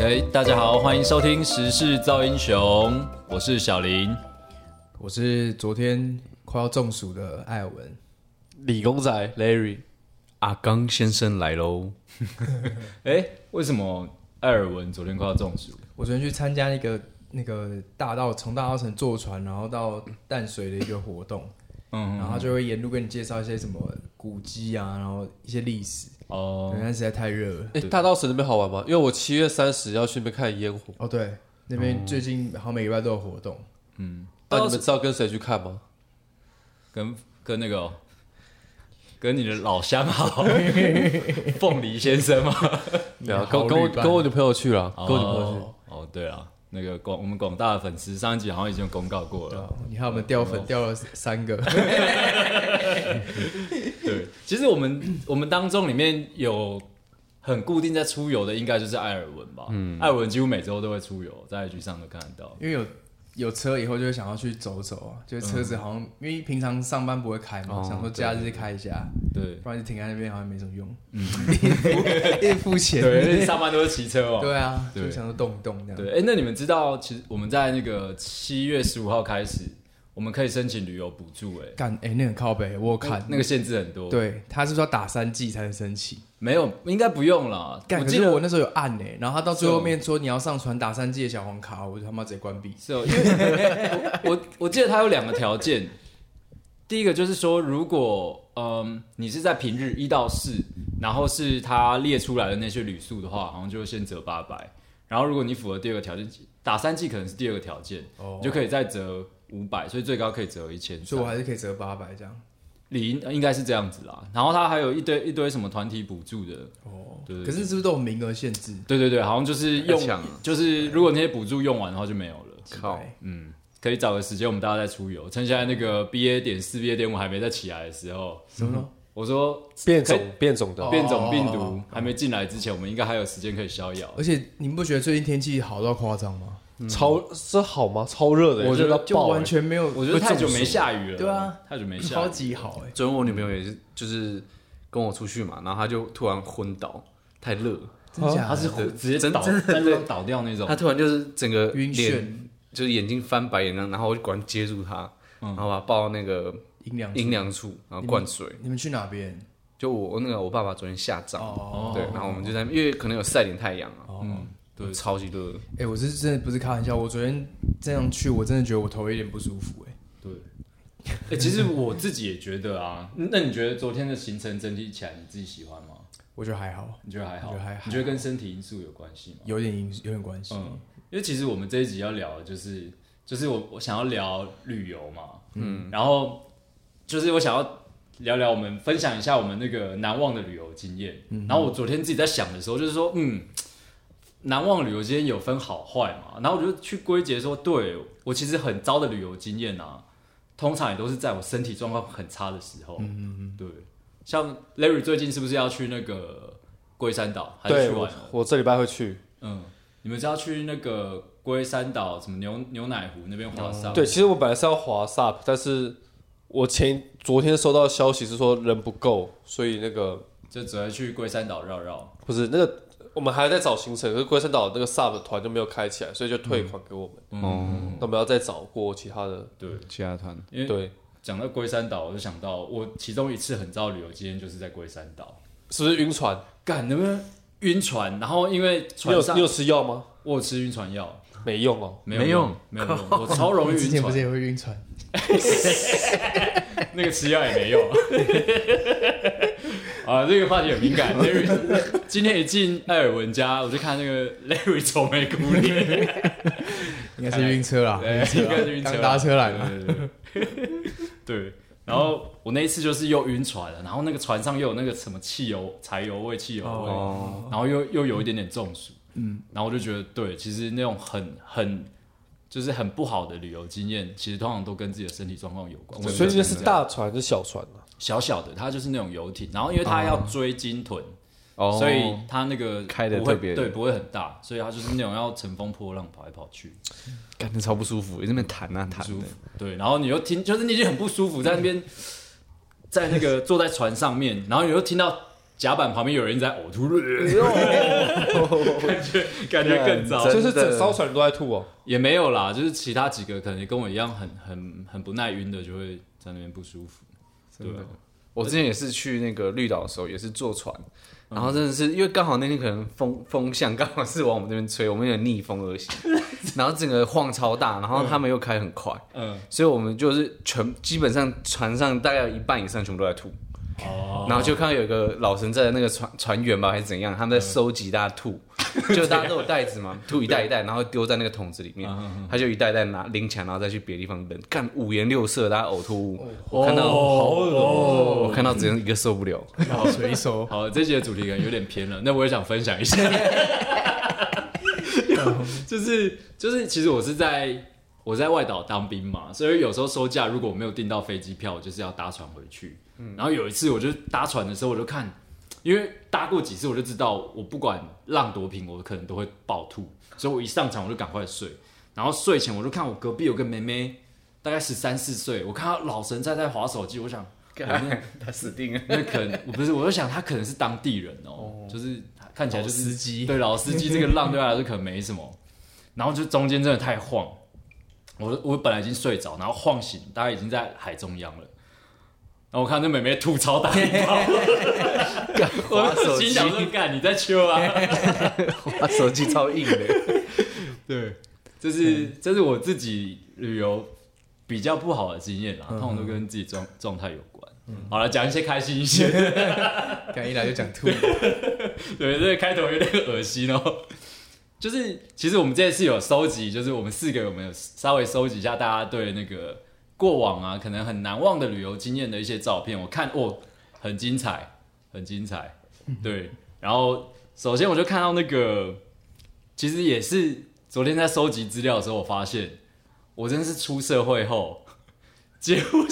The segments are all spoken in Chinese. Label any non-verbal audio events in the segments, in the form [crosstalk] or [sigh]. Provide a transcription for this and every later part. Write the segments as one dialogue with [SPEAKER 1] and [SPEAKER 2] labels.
[SPEAKER 1] 哎，大家好，欢迎收听《时事造英雄》，我是小林。
[SPEAKER 2] 我是昨天快要中暑的艾尔文，
[SPEAKER 3] 理工仔 Larry，
[SPEAKER 1] 阿刚先生来
[SPEAKER 3] [laughs]
[SPEAKER 1] 喽！哎，为什么艾尔文昨天快要中暑？
[SPEAKER 2] 我昨天去参加一个那个大道从大稻城坐船，然后到淡水的一个活动，
[SPEAKER 1] 嗯，
[SPEAKER 2] 然后他就会沿路跟你介绍一些什么古迹啊，然后一些历史。
[SPEAKER 1] 哦
[SPEAKER 2] 对，但实在太热了。
[SPEAKER 3] 哎、大稻城那边好玩吗？因为我七月三十要去那边看烟火，
[SPEAKER 2] 哦，对，那边最近好像每个礼拜都有活动，
[SPEAKER 1] 大
[SPEAKER 3] 那
[SPEAKER 1] 稻
[SPEAKER 3] 你们知道跟谁去看吗？
[SPEAKER 1] 跟跟那个哦、跟你的老乡
[SPEAKER 3] [laughs]
[SPEAKER 1] 好，凤梨先生吗？
[SPEAKER 3] 对啊，
[SPEAKER 2] 好
[SPEAKER 3] 跟跟我
[SPEAKER 2] 旅伴
[SPEAKER 3] 跟我女朋友去了，跟我女朋友去。
[SPEAKER 1] 哦哦，对啊，那个广我们广大的粉丝上一集好像已经有公告过了。
[SPEAKER 2] 哦你看我们掉粉掉了
[SPEAKER 1] [laughs]
[SPEAKER 2] 三个，
[SPEAKER 1] 对，其实我们我们当中里面有很固定在出游的，应该就是艾尔文吧。嗯，艾尔文几乎每周都会出游，在 IG 上都看得到。
[SPEAKER 2] 因为有有车以后就会想要去走走啊，就是车子好像因为平常上班不会开嘛，想说假日开一下，
[SPEAKER 1] 嗯哦对，
[SPEAKER 2] 不然就停在那边好像没什么用，嗯， [laughs] 一直付钱，
[SPEAKER 1] 对，上班都是骑车哦。
[SPEAKER 2] 对啊，
[SPEAKER 1] 对
[SPEAKER 2] 就想说动一动这样。
[SPEAKER 1] 对，哎，那你们知道，其实我们在那个七月十五号开始，我们可以申请旅游补助，哎，
[SPEAKER 2] 干哎、那很靠北，我有看
[SPEAKER 1] 那个限制很多。，
[SPEAKER 2] 对，他是说打三季才能申请，
[SPEAKER 1] 没有，应该不用啦。
[SPEAKER 2] 干
[SPEAKER 1] 我
[SPEAKER 2] 可
[SPEAKER 1] 记
[SPEAKER 2] 是
[SPEAKER 1] 得
[SPEAKER 2] 我那时候有按呢、然后他到最
[SPEAKER 1] 是哦
[SPEAKER 2] 后面说你要上传打三季的小黄卡，我就他妈直接关闭。
[SPEAKER 1] 是哦，因为我我我记得它有两个条件，第一个就是说，如果嗯你是在平日一到四，然后是他列出来的那些旅宿的话，好像就会先折八百。然后如果你符合第二个条件，打三季可能是第二个条件，
[SPEAKER 2] 哦
[SPEAKER 1] 你就可以再折五百，所以最高可以折一千。
[SPEAKER 2] 所以我还是可以折八百这样。
[SPEAKER 1] 理应应该是这样子啦。然后它还有一堆一堆什么团体补助的，
[SPEAKER 2] 哦，
[SPEAKER 1] 对对对
[SPEAKER 2] 可是是不是都有名额限制？
[SPEAKER 1] 对对对，好像就是用
[SPEAKER 3] 太强了，
[SPEAKER 1] 就是如果那些补助用完的话就没有了。
[SPEAKER 3] 靠，
[SPEAKER 1] 嗯，可以找个时间，我们大家再出游，趁现在那个 BA 点四、BA 点五还没再起来的时候，
[SPEAKER 2] 什么呢？
[SPEAKER 1] 我说
[SPEAKER 3] 变种变种的，
[SPEAKER 2] 哦
[SPEAKER 1] 变种病
[SPEAKER 2] 哦哎
[SPEAKER 1] 毒还没进来之前，我们应该还有时间可以逍遥。
[SPEAKER 2] 而且你们不觉得最近天气好到夸张吗？
[SPEAKER 3] 嗯超这好吗？超热的，
[SPEAKER 2] 我觉
[SPEAKER 3] 热
[SPEAKER 2] 得
[SPEAKER 3] 到
[SPEAKER 2] 就
[SPEAKER 3] 爆、
[SPEAKER 2] 完
[SPEAKER 3] 欸。
[SPEAKER 2] 全没有，
[SPEAKER 1] 我觉得太久没
[SPEAKER 2] 不中暑
[SPEAKER 1] 下雨了，
[SPEAKER 2] 对啊，
[SPEAKER 1] 太久没下雨，
[SPEAKER 2] 超级好哎、
[SPEAKER 4] 昨天我女朋友也是，就是跟我出去嘛，然后她就突然昏倒，太热，
[SPEAKER 2] 真假的？
[SPEAKER 1] 它是直接
[SPEAKER 4] 真
[SPEAKER 1] 倒，
[SPEAKER 4] 真
[SPEAKER 1] 真的倒掉那种
[SPEAKER 4] 她。突然就是整个
[SPEAKER 2] 晕
[SPEAKER 4] 脸，
[SPEAKER 2] 眩
[SPEAKER 4] 就是眼睛翻白眼那样，然后我就赶快接住她，然后把她抱到那个
[SPEAKER 2] 阴凉。
[SPEAKER 4] 阴凉处，然后灌水。
[SPEAKER 2] 你们去哪边？
[SPEAKER 4] 就我我那个我爸爸昨天下
[SPEAKER 2] 哦
[SPEAKER 4] 葬，
[SPEAKER 2] 哦，
[SPEAKER 4] 对，然后我们就在那边，因为可能有晒点太阳啊，
[SPEAKER 2] 哦，
[SPEAKER 1] 对
[SPEAKER 4] 超级热。
[SPEAKER 2] 哎、我是真的不是开玩笑，我昨天这样去，我真的觉得我头有点不舒服哎、
[SPEAKER 1] 对，哎，其实我自己也觉得啊，那你觉得昨天的行程整体起来，你自己喜欢吗？
[SPEAKER 2] 我觉得还好，
[SPEAKER 1] 你觉得还好
[SPEAKER 2] 我觉得还？好
[SPEAKER 1] 你觉得跟身体因素有关系吗？
[SPEAKER 2] 有点因有点关系。
[SPEAKER 1] 嗯，因为其实我们这一集要聊的就是，就是我我想要聊旅游嘛，嗯，然后就是我想要聊聊我们分享一下我们那个难忘的旅游经验。然后我昨天自己在想的时候，就是说，嗯，难忘旅游经验有分好坏嘛，然后我就去归结说，对我其实很糟的旅游经验啊，通常也都是在我身体状况很差的时候，嗯嗯嗯，对，像 Larry 最近是不是要去那个龟山岛？还是
[SPEAKER 3] 对
[SPEAKER 1] 去
[SPEAKER 3] 我
[SPEAKER 1] 玩了？，
[SPEAKER 3] 我这礼拜会去。
[SPEAKER 1] 嗯，你们是要去那个龟山岛什么牛牛奶湖那边滑沙？
[SPEAKER 3] 对，，其实我本来是要滑 SUP，但是我前昨天收到消息是说人不够，所以那个
[SPEAKER 1] 就只会去龟山岛绕绕。
[SPEAKER 3] 不是那个我们还在找行程，可是龟山岛那个 SUP 的团就没有开起来，所以就退款给我们。
[SPEAKER 1] 嗯，
[SPEAKER 3] 那我们要再找过其他的。
[SPEAKER 1] 对。
[SPEAKER 4] 其他团
[SPEAKER 1] 因为
[SPEAKER 3] 对，
[SPEAKER 1] 讲到龟山岛，我就想到我其中一次很糟的旅游经验就是在龟山岛，
[SPEAKER 3] 是不是晕船？
[SPEAKER 1] 干能不能晕船？然后因为
[SPEAKER 3] 你
[SPEAKER 1] 船
[SPEAKER 3] 有
[SPEAKER 1] 上
[SPEAKER 3] 你有吃药吗？
[SPEAKER 1] 我有吃晕船药，
[SPEAKER 3] 没用哦。
[SPEAKER 1] 没有用，没有用，我超容易
[SPEAKER 2] 之
[SPEAKER 1] 晕
[SPEAKER 2] 前不是
[SPEAKER 1] 船，
[SPEAKER 2] 也会晕船？
[SPEAKER 1] 那个吃药也没用。 [laughs] 啊，这个话题很敏感。Larry 今天一进艾尔文家，我就看那个 Larry 愁眉苦脸。
[SPEAKER 2] 应该是晕车啦，
[SPEAKER 1] 对
[SPEAKER 2] 车啦
[SPEAKER 1] 应该是晕车啦
[SPEAKER 2] 啊刚搭车来嘛。
[SPEAKER 1] 对对对 [laughs] 对，然后我那一次就是又晕船了，然后那个船上又有那个什么汽油、柴油味、汽油味，
[SPEAKER 4] 哦，
[SPEAKER 1] 然后又又有一点点中暑，嗯，然后我就觉得，对，其实那种很很就是很不好的旅游经验，其实通常都跟自己的身体状况有关。我
[SPEAKER 3] 所以
[SPEAKER 1] 觉
[SPEAKER 3] 那
[SPEAKER 1] 得
[SPEAKER 3] 是
[SPEAKER 1] 这样
[SPEAKER 3] 大船还是小船啊呢、
[SPEAKER 1] 小小的，它就是那种游艇，然后因为它要追鲸豚，
[SPEAKER 4] 哦，
[SPEAKER 1] 所以它那个
[SPEAKER 4] 开得
[SPEAKER 1] 不会
[SPEAKER 4] 特别
[SPEAKER 1] 对，不会很大，所以它就是那种要乘风破浪跑来跑去。
[SPEAKER 4] 感觉超不舒服，在那边弹啊弹
[SPEAKER 1] 舒
[SPEAKER 4] 的
[SPEAKER 1] 服。对，然后你又听，
[SPEAKER 4] [laughs]
[SPEAKER 1] 就是你已经很不舒服，在那边，在那个坐在船上面，然后你又听到甲板旁边有人在呕吐，
[SPEAKER 4] [laughs]
[SPEAKER 1] 感觉感觉更糟。
[SPEAKER 4] 真的
[SPEAKER 3] 哦就是整艘船都在吐哦。
[SPEAKER 1] 也没有啦，就是其他几个可能跟我一样很很很不耐晕的，就会在那边不舒服。对啊，
[SPEAKER 4] 我之前也是去那个绿岛的时候，也是坐船，
[SPEAKER 1] 嗯
[SPEAKER 4] 然后真的是因为刚好那天可能风风向刚好是往我们这边吹，我们有点逆风而行，
[SPEAKER 1] [laughs]
[SPEAKER 4] 然后整个晃超大，然后他们又开很快，
[SPEAKER 1] 嗯，
[SPEAKER 4] 所以我们就是全基本上船上大概有一半以上全部都在吐，
[SPEAKER 1] 哦，
[SPEAKER 4] 然后就看到有一个老神在那个船船员吧还是怎样，他
[SPEAKER 1] 嗯
[SPEAKER 4] 们在收集大家
[SPEAKER 1] [laughs]
[SPEAKER 4] 吐，就大家都有袋子嘛，吐一袋一袋，然后丢在那个桶子里面，
[SPEAKER 1] 嗯
[SPEAKER 4] 他就一袋一袋拿拎起来，然后再去别的地方扔，干五颜六色，大家呕吐
[SPEAKER 1] 哦
[SPEAKER 4] 物，我看到好恶哦，我看到只能一个受不了。
[SPEAKER 2] 好随手，
[SPEAKER 1] 好，这集的主题可能有点偏了，那我也想分享一下，就是就是，其实我是在我在外岛当兵嘛，所以有时候收假，如果我没有订到飞机票，我就是要搭船回去。然后有一次，我就搭船的时候，我就看，因为搭过几次，我就知道我不管浪多平，我可能都会爆吐，所以我一上场我就赶快睡。然后睡前我就看我隔壁有个妹妹，大概十三四岁，我看她老神在在划手机，我想。
[SPEAKER 4] 干 [laughs] 他死定了！
[SPEAKER 1] 那可能我不是，我就想他可能是当地人哦，就是看起来就是
[SPEAKER 2] 老司机
[SPEAKER 1] 对老司机这个浪对他来说可能没什么。然后就中间真的太晃，我我本来已经睡着，然后晃醒，大概已经在海中央了。然后我看那妹妹吐槽打一炮，
[SPEAKER 4] 划
[SPEAKER 1] 我
[SPEAKER 4] 手
[SPEAKER 1] 心
[SPEAKER 4] 机，
[SPEAKER 1] 想说干你在秋啊？
[SPEAKER 4] 划手机超硬的。
[SPEAKER 1] [laughs] 对，这是这是我自己旅游比较不好的经验啦，通常都跟自己状状态有关。好了，讲一些开心一些的
[SPEAKER 2] 刚一来就讲吐，
[SPEAKER 1] 对，这个开头有点恶心哦。就是其实我们这次有收集，就是我们四个有没有稍微收集一下大家对那个过往啊，可能很难忘的旅游经验的一些照片。我看哦，很精彩，很精彩。对，然后首先我就看到那个，其实也是昨天在收集资料的时候，我发现我真的是出社会后，几乎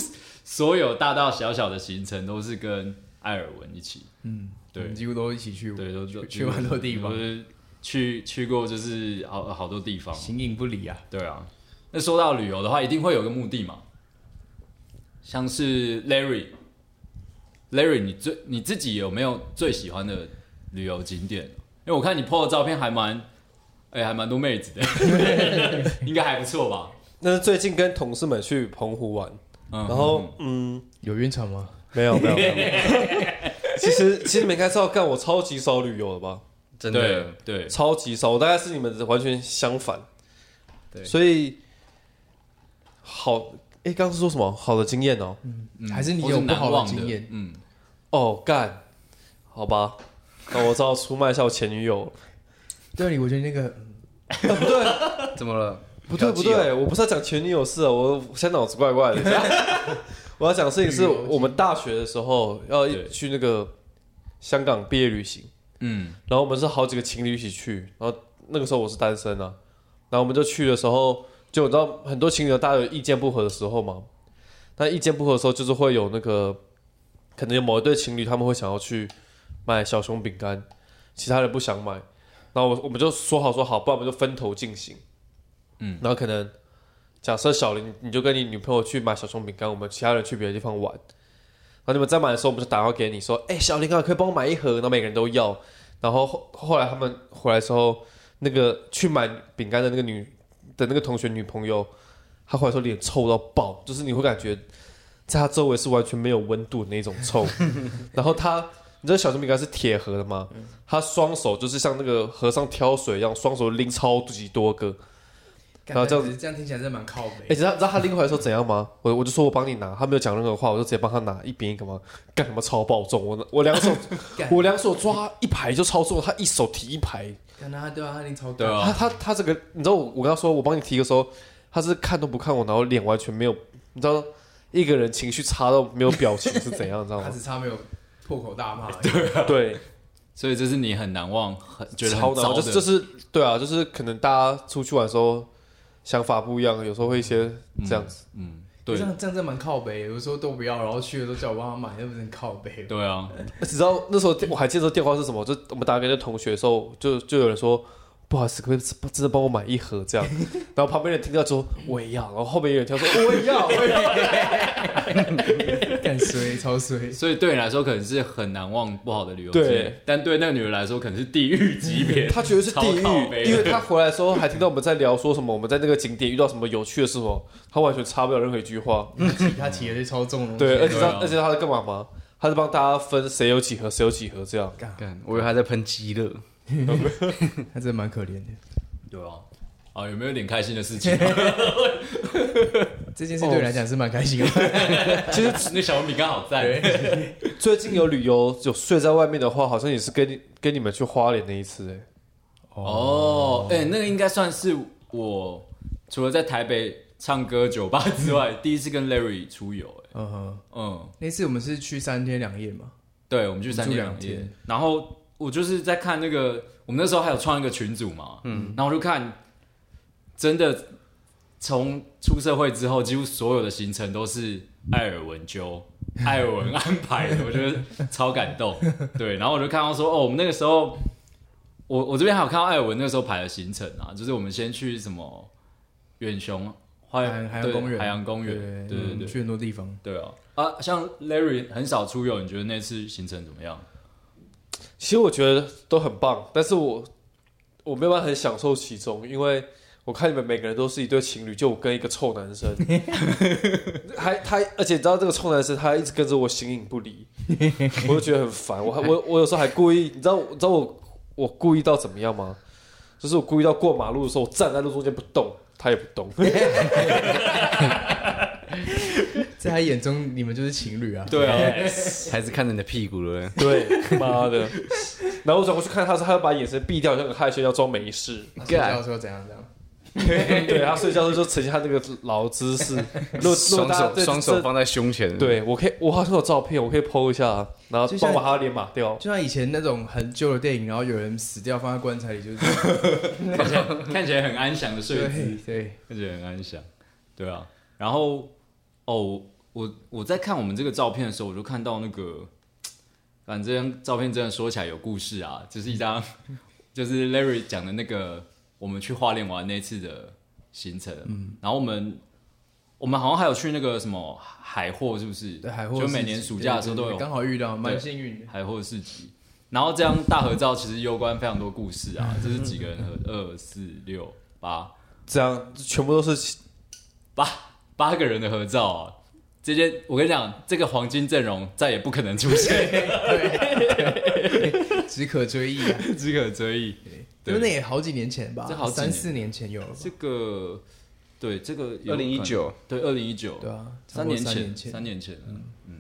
[SPEAKER 1] 所有大大小小的行程都是跟艾尔文一起。
[SPEAKER 2] 嗯，
[SPEAKER 1] 对
[SPEAKER 2] 我们几乎都一起去，
[SPEAKER 1] 对，都都
[SPEAKER 2] 嗯去去过很多地方
[SPEAKER 1] 我，是去去过就是好好多地方。
[SPEAKER 2] 形影不离啊。
[SPEAKER 1] 对啊，那说到旅游的话，一定会有个目的嘛，像是 Larry，Larry，你最你自己有没有最喜欢的旅游景点？因为我看你 PO 的照片还蛮，哎、还蛮多妹
[SPEAKER 2] [laughs]
[SPEAKER 1] 子的，应该还不错吧？
[SPEAKER 3] 那是最近跟同事们去澎湖玩，
[SPEAKER 1] 嗯，
[SPEAKER 3] 然后嗯，
[SPEAKER 2] 有晕船吗？
[SPEAKER 3] 没有没有。没有 [laughs] 其实其实没开知道，干我超级少旅游的吧，
[SPEAKER 4] 真
[SPEAKER 1] 对
[SPEAKER 4] 的，
[SPEAKER 1] 对，
[SPEAKER 3] 超级少，我大概是你们的完全相反。
[SPEAKER 4] 对
[SPEAKER 3] 所以好，哎，刚刚是说什么好的经验哦？
[SPEAKER 1] 嗯
[SPEAKER 2] 还是你
[SPEAKER 1] 或
[SPEAKER 2] 有不
[SPEAKER 1] 难
[SPEAKER 2] 好的
[SPEAKER 1] 忘
[SPEAKER 2] 经验
[SPEAKER 1] 嗯，
[SPEAKER 3] 哦，干，好吧，那我只好出卖一下我前女
[SPEAKER 1] [laughs]
[SPEAKER 3] 友。
[SPEAKER 2] 对，啊我觉得那个
[SPEAKER 4] 怎么了？
[SPEAKER 3] 不对不对，我不是要讲前女友事啊，我我现在脑子怪怪的。 [laughs] 我要讲的事情是
[SPEAKER 2] 旅游经
[SPEAKER 3] 我们大学的时候要一
[SPEAKER 1] 对
[SPEAKER 3] 去那个香港毕业旅行。
[SPEAKER 1] 嗯，
[SPEAKER 3] 然后我们是好几个情侣一起去，然后那个时候我是单身啊，然后我们就去的时候，就你知道很多情侣大家有意见不合的时候嘛，那意见不合的时候就是会有那个，可能有某一对情侣他们会想要去买小熊饼干，其他人不想买，然后我我们就说好说好，不然我们就分头进行，
[SPEAKER 1] 嗯，
[SPEAKER 3] 然后可能假设小林你就跟你女朋友去买小熊饼干，我们其他人去别的地方玩。然后你们在买的时候，我们就打电话给你说：“哎、小林啊，可以帮我买一盒。”然后每个人都要，然后后后来他们回来之后，那个去买饼干的那个女的那个同学女朋友，她回来说脸臭到爆，就是你会感觉在她周围是完全没有温度的那种臭。然后她，你知道小熊饼干是铁盒的吗？她双手就是像那个和尚挑水一样，双手拎超级多个。然后这样
[SPEAKER 2] 子，这样听起来真的蛮靠
[SPEAKER 3] 哎、
[SPEAKER 2] 北
[SPEAKER 3] 你。知道你知道她拎回来的时候怎样吗？我我就说我帮你拿，她没有讲任何话，我就直接帮她拿一边一个嘛，干什么超爆重？我我两
[SPEAKER 1] [laughs]
[SPEAKER 3] 手
[SPEAKER 2] 干
[SPEAKER 3] 我两手抓一排就超重，她一手提一排。
[SPEAKER 2] 看他对啊，他一定超
[SPEAKER 1] 对
[SPEAKER 2] 高。
[SPEAKER 1] 啊，
[SPEAKER 3] 他他他这个，你知道我我跟他说我帮你提的时候，他是看都不看我，然后脸完全没有，你知道一个人情绪差到没有表情是怎样，你知道
[SPEAKER 2] 他
[SPEAKER 1] [laughs]
[SPEAKER 3] 吗？
[SPEAKER 2] 只差没有破口大骂而已。
[SPEAKER 3] 对，
[SPEAKER 1] 所以这是你很难忘，很觉得
[SPEAKER 3] 超
[SPEAKER 1] 很
[SPEAKER 3] 难，
[SPEAKER 1] 糟
[SPEAKER 3] 就
[SPEAKER 1] 的，
[SPEAKER 3] 是就是对啊，就是可能大家出去玩的时候想法不一样，有时候会一些这样子。
[SPEAKER 1] 嗯，对
[SPEAKER 2] 这样这样真的蛮靠北。有时候都不要，然后去了都叫我帮他买，那不是很靠北吗？
[SPEAKER 1] 对啊，
[SPEAKER 3] 只知道那时候我还记得电话是什么，就我们打给那同学的时候，就就有人说不好意思，可不可以真的帮我买一盒这样？
[SPEAKER 1] [laughs]
[SPEAKER 3] 然后旁边人听到说我也要，然后后面有人跳说我也要，我也要。
[SPEAKER 2] 干衰，超衰。
[SPEAKER 1] 所以对你来说可能是很难忘不好的旅游
[SPEAKER 3] 对
[SPEAKER 1] 经验，但对那个女人来说可能是地狱级
[SPEAKER 3] [laughs]
[SPEAKER 1] 别。
[SPEAKER 3] 他觉得是
[SPEAKER 1] [laughs]
[SPEAKER 3] 地
[SPEAKER 1] 超靠背
[SPEAKER 3] 狱，因为他回来的时候还听到我们在聊说什么，我们在那个景点遇到什么有趣的事情，他完全插不了任何一句话。
[SPEAKER 2] 骑他骑的是超重的东西，
[SPEAKER 3] 对，而且
[SPEAKER 1] 嗯对
[SPEAKER 3] 他
[SPEAKER 1] 啊
[SPEAKER 3] 而且他在干嘛吗？他是帮大家分谁有几盒，谁有几盒这样。
[SPEAKER 4] 干，我以为他在喷鸡乐，
[SPEAKER 2] 他真的蛮可怜的。
[SPEAKER 1] 对啊，啊，有没有点开心的
[SPEAKER 3] [laughs]
[SPEAKER 1] 事情啊？
[SPEAKER 2] 这件事
[SPEAKER 1] 哦
[SPEAKER 2] 对你来讲是蛮开
[SPEAKER 1] [laughs]
[SPEAKER 2] 心的。
[SPEAKER 1] 其实 [laughs] 那小米刚好在，
[SPEAKER 3] 最近有旅游有睡在外面的话，好像也是跟你跟你们去花莲那一次哎、
[SPEAKER 1] 哦，哎、那个应该算是我除了在台北唱歌酒吧之外，
[SPEAKER 3] 嗯
[SPEAKER 1] 第一次跟 Larry 出游、哎，
[SPEAKER 2] 嗯哼，
[SPEAKER 1] 嗯，
[SPEAKER 2] 那次我们是去三天两夜嘛，
[SPEAKER 1] 对，我们去三天
[SPEAKER 2] 我
[SPEAKER 1] 两
[SPEAKER 2] 们住两
[SPEAKER 1] 夜
[SPEAKER 2] 天，
[SPEAKER 1] 然后我就是在看那个，我们那时候还有创一个群组嘛，嗯，然后我就看，真的从出社会之后，几乎所有的行程都是艾尔文
[SPEAKER 2] [laughs]
[SPEAKER 1] 揪。艾尔文安排的，我觉得超感动。对，然后我就看到说，哦，我们那个时候我我这边还有看到艾尔文那时候排的行程啊，就是我们先去什么远雄花
[SPEAKER 2] 海
[SPEAKER 1] 园
[SPEAKER 2] 洋海洋
[SPEAKER 1] 对
[SPEAKER 2] 公园
[SPEAKER 1] 海洋公园，对对
[SPEAKER 2] 嗯
[SPEAKER 1] 对
[SPEAKER 2] 去很多地方。
[SPEAKER 1] 对啊啊！像 Larry 很少出游，你觉得那次行程怎么样？
[SPEAKER 3] 其实我觉得都很棒，但是我我没有办法很享受其中，因为我看你们每个人都是一对情侣，就我跟一个臭男生，还他，而且你知道这个臭男生他一直跟着我形影不离，我就觉得很烦。我还我我有时候还故意，你知道你知道我我故意到怎么样吗？就是我故意到过马路的时候，我站在路中间不动，他也不动。
[SPEAKER 2] 在他眼中，你们就是
[SPEAKER 1] [laughs]
[SPEAKER 2] 情侣啊。
[SPEAKER 1] 对啊，
[SPEAKER 4] 还是看着你的屁股了。
[SPEAKER 3] 对，妈的！然后我转过去看他，他要把眼神避掉，就很害羞，要装没事。
[SPEAKER 2] 他睡觉的时候怎样怎样，
[SPEAKER 3] [laughs] 对，他睡觉的时候呈现他那个老姿 [laughs] 势，如果如果
[SPEAKER 4] 双
[SPEAKER 3] 大家
[SPEAKER 4] 手
[SPEAKER 3] 对
[SPEAKER 4] 双手
[SPEAKER 3] 这
[SPEAKER 4] 放在胸前，，
[SPEAKER 3] 对我可以，我好像有照片，我可以 PO 一下，啊然后
[SPEAKER 2] 就像
[SPEAKER 3] 帮我把他脸码掉。
[SPEAKER 2] 就像以前那种很旧的电影，然后有人死掉放在棺材里，就是
[SPEAKER 1] 看起来看起来很安详的 [laughs] 睡姿，
[SPEAKER 2] 对
[SPEAKER 1] 看
[SPEAKER 2] 对，
[SPEAKER 1] 起来很安详，对啊。然后哦，我我在看我们这个照片的时候，我就看到那个，反正照片真的说起来有故事啊，就是一张， [laughs] 就是 Larry 讲的那个我们去花莲玩那次的行程，嗯，然后我们我们好像还有去那个什么海货，是不是？
[SPEAKER 2] 对海货
[SPEAKER 1] 就
[SPEAKER 2] 市
[SPEAKER 1] 每
[SPEAKER 2] 集
[SPEAKER 1] 年暑假的时候
[SPEAKER 2] 对
[SPEAKER 1] 都
[SPEAKER 2] 对
[SPEAKER 1] 有
[SPEAKER 2] 对刚好遇到，蛮
[SPEAKER 1] 对
[SPEAKER 2] 幸运的。
[SPEAKER 1] 海货市集。然后这张大合照其实攸关非常多故事啊，这是几个人合？二四六八
[SPEAKER 3] 这样全部都是
[SPEAKER 1] 八个人的合照啊！这些我跟你讲，这个黄金阵容再也不可能出
[SPEAKER 2] [laughs]
[SPEAKER 1] 现，
[SPEAKER 2] 只可追忆
[SPEAKER 1] [laughs]
[SPEAKER 2] 啊！
[SPEAKER 1] 只可追忆。
[SPEAKER 2] 因为那也好几年前吧，
[SPEAKER 1] 这好几
[SPEAKER 2] 三
[SPEAKER 1] 年
[SPEAKER 2] 四年前有了吧？
[SPEAKER 1] 这个对这个有
[SPEAKER 4] 二零一九，
[SPEAKER 1] 可能对二零一九
[SPEAKER 2] 对啊，差
[SPEAKER 1] 三
[SPEAKER 2] 不多
[SPEAKER 1] 年
[SPEAKER 2] 三
[SPEAKER 1] 前
[SPEAKER 2] 年前
[SPEAKER 1] 三年前嗯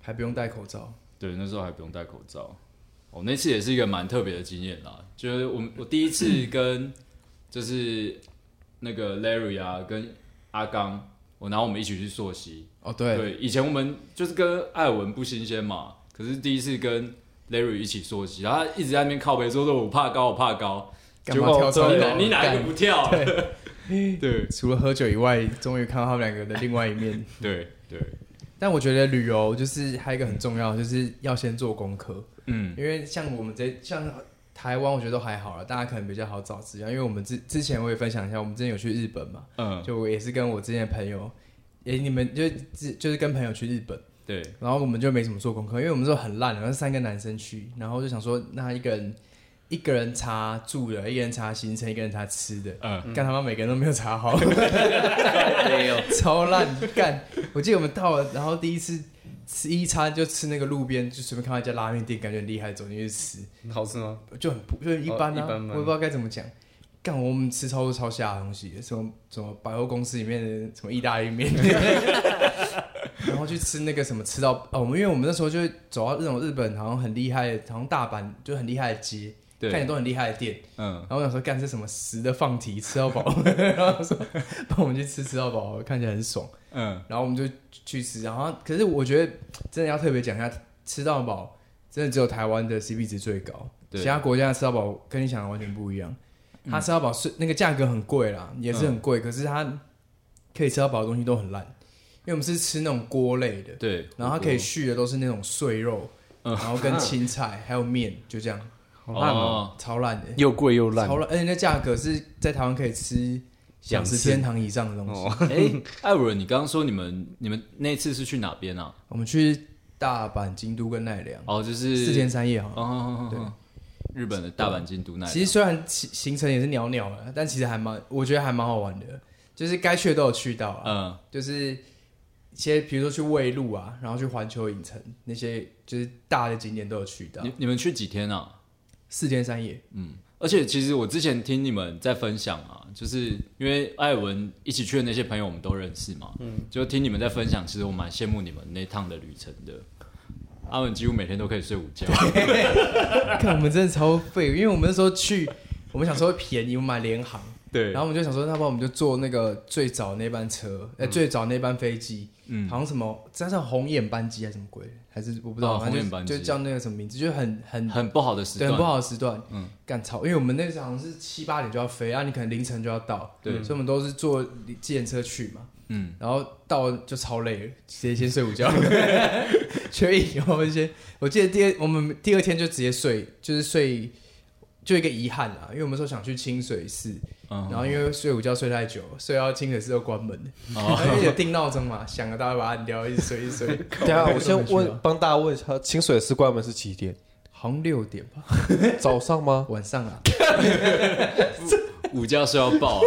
[SPEAKER 2] 还不用戴口罩，
[SPEAKER 1] 对，那时候还不用戴口罩。哦，那次也是一个蛮特别的经验啦，就是我们我第一次跟就是那个 Larry 啊，跟阿刚，我然后我们一起去溯溪。
[SPEAKER 2] 哦对，
[SPEAKER 1] 对，以前我们就是跟艾文不新鲜嘛，可是第一次跟 Larry 一起溯溪，然后他一直在那边靠背说说我怕高，我怕高，
[SPEAKER 2] 干嘛
[SPEAKER 1] 结果
[SPEAKER 2] 跳槽
[SPEAKER 1] 你哪你哪一个
[SPEAKER 2] 干
[SPEAKER 1] 不跳、
[SPEAKER 2] [laughs]
[SPEAKER 1] 啊？对
[SPEAKER 2] 除了喝酒以外，终于看到他们两个的另外一面。
[SPEAKER 1] 对对，
[SPEAKER 2] 但我觉得旅游就是还有一个很重要，就是要先做功课，
[SPEAKER 1] 嗯，
[SPEAKER 2] 因为像我们这像台湾，我觉得都还好了，大家可能比较好找资料。因为我们之之前我也分享一下，我们之前有去日本嘛，
[SPEAKER 1] 嗯，
[SPEAKER 2] 就我也是跟我之前的朋友，也你们就自就是跟朋友去日本，
[SPEAKER 1] 对，
[SPEAKER 2] 然后我们就没怎么做功课，因为我们那时候很烂，然后三个男生去，然后就想说，那一个人一个人查住的，一个人查行程，一个人查吃的，
[SPEAKER 1] 嗯，
[SPEAKER 2] 干他妈每个人都没有查好，
[SPEAKER 4] 没有，
[SPEAKER 2] 超烂干！我记得我们到了，然后第一次吃一餐就吃那个路边，就随便看到一家拉面店，感觉很厉害，走进去吃，
[SPEAKER 4] 好吃吗？
[SPEAKER 2] 就很普就很一般啊，
[SPEAKER 4] 哦一
[SPEAKER 2] 我
[SPEAKER 4] 般般
[SPEAKER 2] 也不知道该怎么讲。干我们吃超多超瞎的东西，什么什么百货公司里面的什么意大利面，然后去吃那个什么吃到哦，我们因为我们那时候就会走到那种日本好像很厉害的，好像大阪就很厉害的街，看起来
[SPEAKER 1] 对，
[SPEAKER 2] 都很厉害的店，
[SPEAKER 1] 嗯，
[SPEAKER 2] 然后我想说，干是什么食的放题，吃到饱。然后说，帮我们去吃吃到饱，看起来很爽。
[SPEAKER 1] 嗯，
[SPEAKER 2] 然后我们就去吃，然后可是我觉得真的要特别讲一下，吃到饱真的只有台湾的 CP 值最高，
[SPEAKER 1] 对
[SPEAKER 2] 其他国家的吃到饱跟你想的完全不一样。
[SPEAKER 4] 嗯
[SPEAKER 2] 它吃到饱是那个价格很贵啦，也是很贵，可是它可以吃到饱的东西都很烂，因为我们是吃那种锅类的，
[SPEAKER 1] 对，
[SPEAKER 2] 然后它可以续的都是那种碎肉，
[SPEAKER 1] 嗯
[SPEAKER 2] 然后跟青菜还有面，就这样。
[SPEAKER 4] 好烂哦，
[SPEAKER 1] 哦，
[SPEAKER 2] 超烂的，
[SPEAKER 4] 又贵又烂
[SPEAKER 2] 超。烂，而且那价格是在台湾可以吃
[SPEAKER 4] 两
[SPEAKER 2] 享食
[SPEAKER 4] 次
[SPEAKER 2] 天堂以上的东西。
[SPEAKER 4] 哦，
[SPEAKER 2] [laughs]
[SPEAKER 1] 哎， [laughs] 艾文，你刚刚说你们你们那次是去哪边啊？
[SPEAKER 2] 我们去大阪、京都跟奈良，
[SPEAKER 1] 哦，就是
[SPEAKER 2] 四天三夜哈。
[SPEAKER 1] 哦，
[SPEAKER 2] 对
[SPEAKER 1] 日本的大阪京都那里。
[SPEAKER 2] 其实虽然行行程也是袅袅的，但其实还蛮，我觉得还蛮好玩的，就是该去的都有去到啊，
[SPEAKER 1] 嗯，
[SPEAKER 2] 就是一些比如说去卫路啊，然后去环球影城那些就是大的景点都有去到
[SPEAKER 1] 你，你们去几天啊？
[SPEAKER 2] 四天三夜。 [laughs]
[SPEAKER 1] 而且其实我之前听你们在分享啊，就是因为艾文一起去的那些朋友我们都认识嘛，嗯，就听你们在分享，其实我蛮羡慕你们那趟的旅程的。阿文几乎每天都可以睡午觉，
[SPEAKER 2] 看我们真的超废，因为我们那时候去，我们想说便宜，我们买联航，
[SPEAKER 1] 对
[SPEAKER 2] 然后我们就想说，那不然我们就坐那个最早那班车，呃，最早那班飞机，
[SPEAKER 1] 嗯
[SPEAKER 2] 好像什么，加上红眼班机还是什么鬼，还是我不知道，
[SPEAKER 1] 哦
[SPEAKER 2] 反正就
[SPEAKER 1] 红眼班机
[SPEAKER 2] 就叫那个什么名字，就很很
[SPEAKER 1] 很不好的时
[SPEAKER 2] 对
[SPEAKER 1] 段，
[SPEAKER 2] 很不好的时段，
[SPEAKER 1] 嗯
[SPEAKER 2] 嗯，赶超，因为我们那时候好像是七八点就要飞，啊，你可能凌晨就要到，嗯
[SPEAKER 1] 对
[SPEAKER 2] 所以我们都是坐计程车去嘛，
[SPEAKER 1] 嗯，
[SPEAKER 2] 然后到就超累了，直接先睡
[SPEAKER 1] [laughs]
[SPEAKER 2] 午觉，缺以后先，我记得第二我们第二天就直接睡，就是睡就一个遗憾啊，因为我们说想去清水寺，
[SPEAKER 1] 嗯，
[SPEAKER 2] 然后因为睡午觉睡太久，睡到清水寺都关门了，
[SPEAKER 1] 哦
[SPEAKER 2] 而且有定闹钟嘛，响了大家把它按掉，一直睡一直
[SPEAKER 1] [laughs]
[SPEAKER 2] 睡，
[SPEAKER 3] 等一 [laughs] 下，我先
[SPEAKER 2] 根本睡不
[SPEAKER 3] 问
[SPEAKER 2] 着，
[SPEAKER 3] 帮大家问一下，清水寺关门是几点？
[SPEAKER 2] 好像六点吧，
[SPEAKER 3] [laughs] 早上吗？
[SPEAKER 2] 晚上啊，
[SPEAKER 1] 午觉睡到爆，啊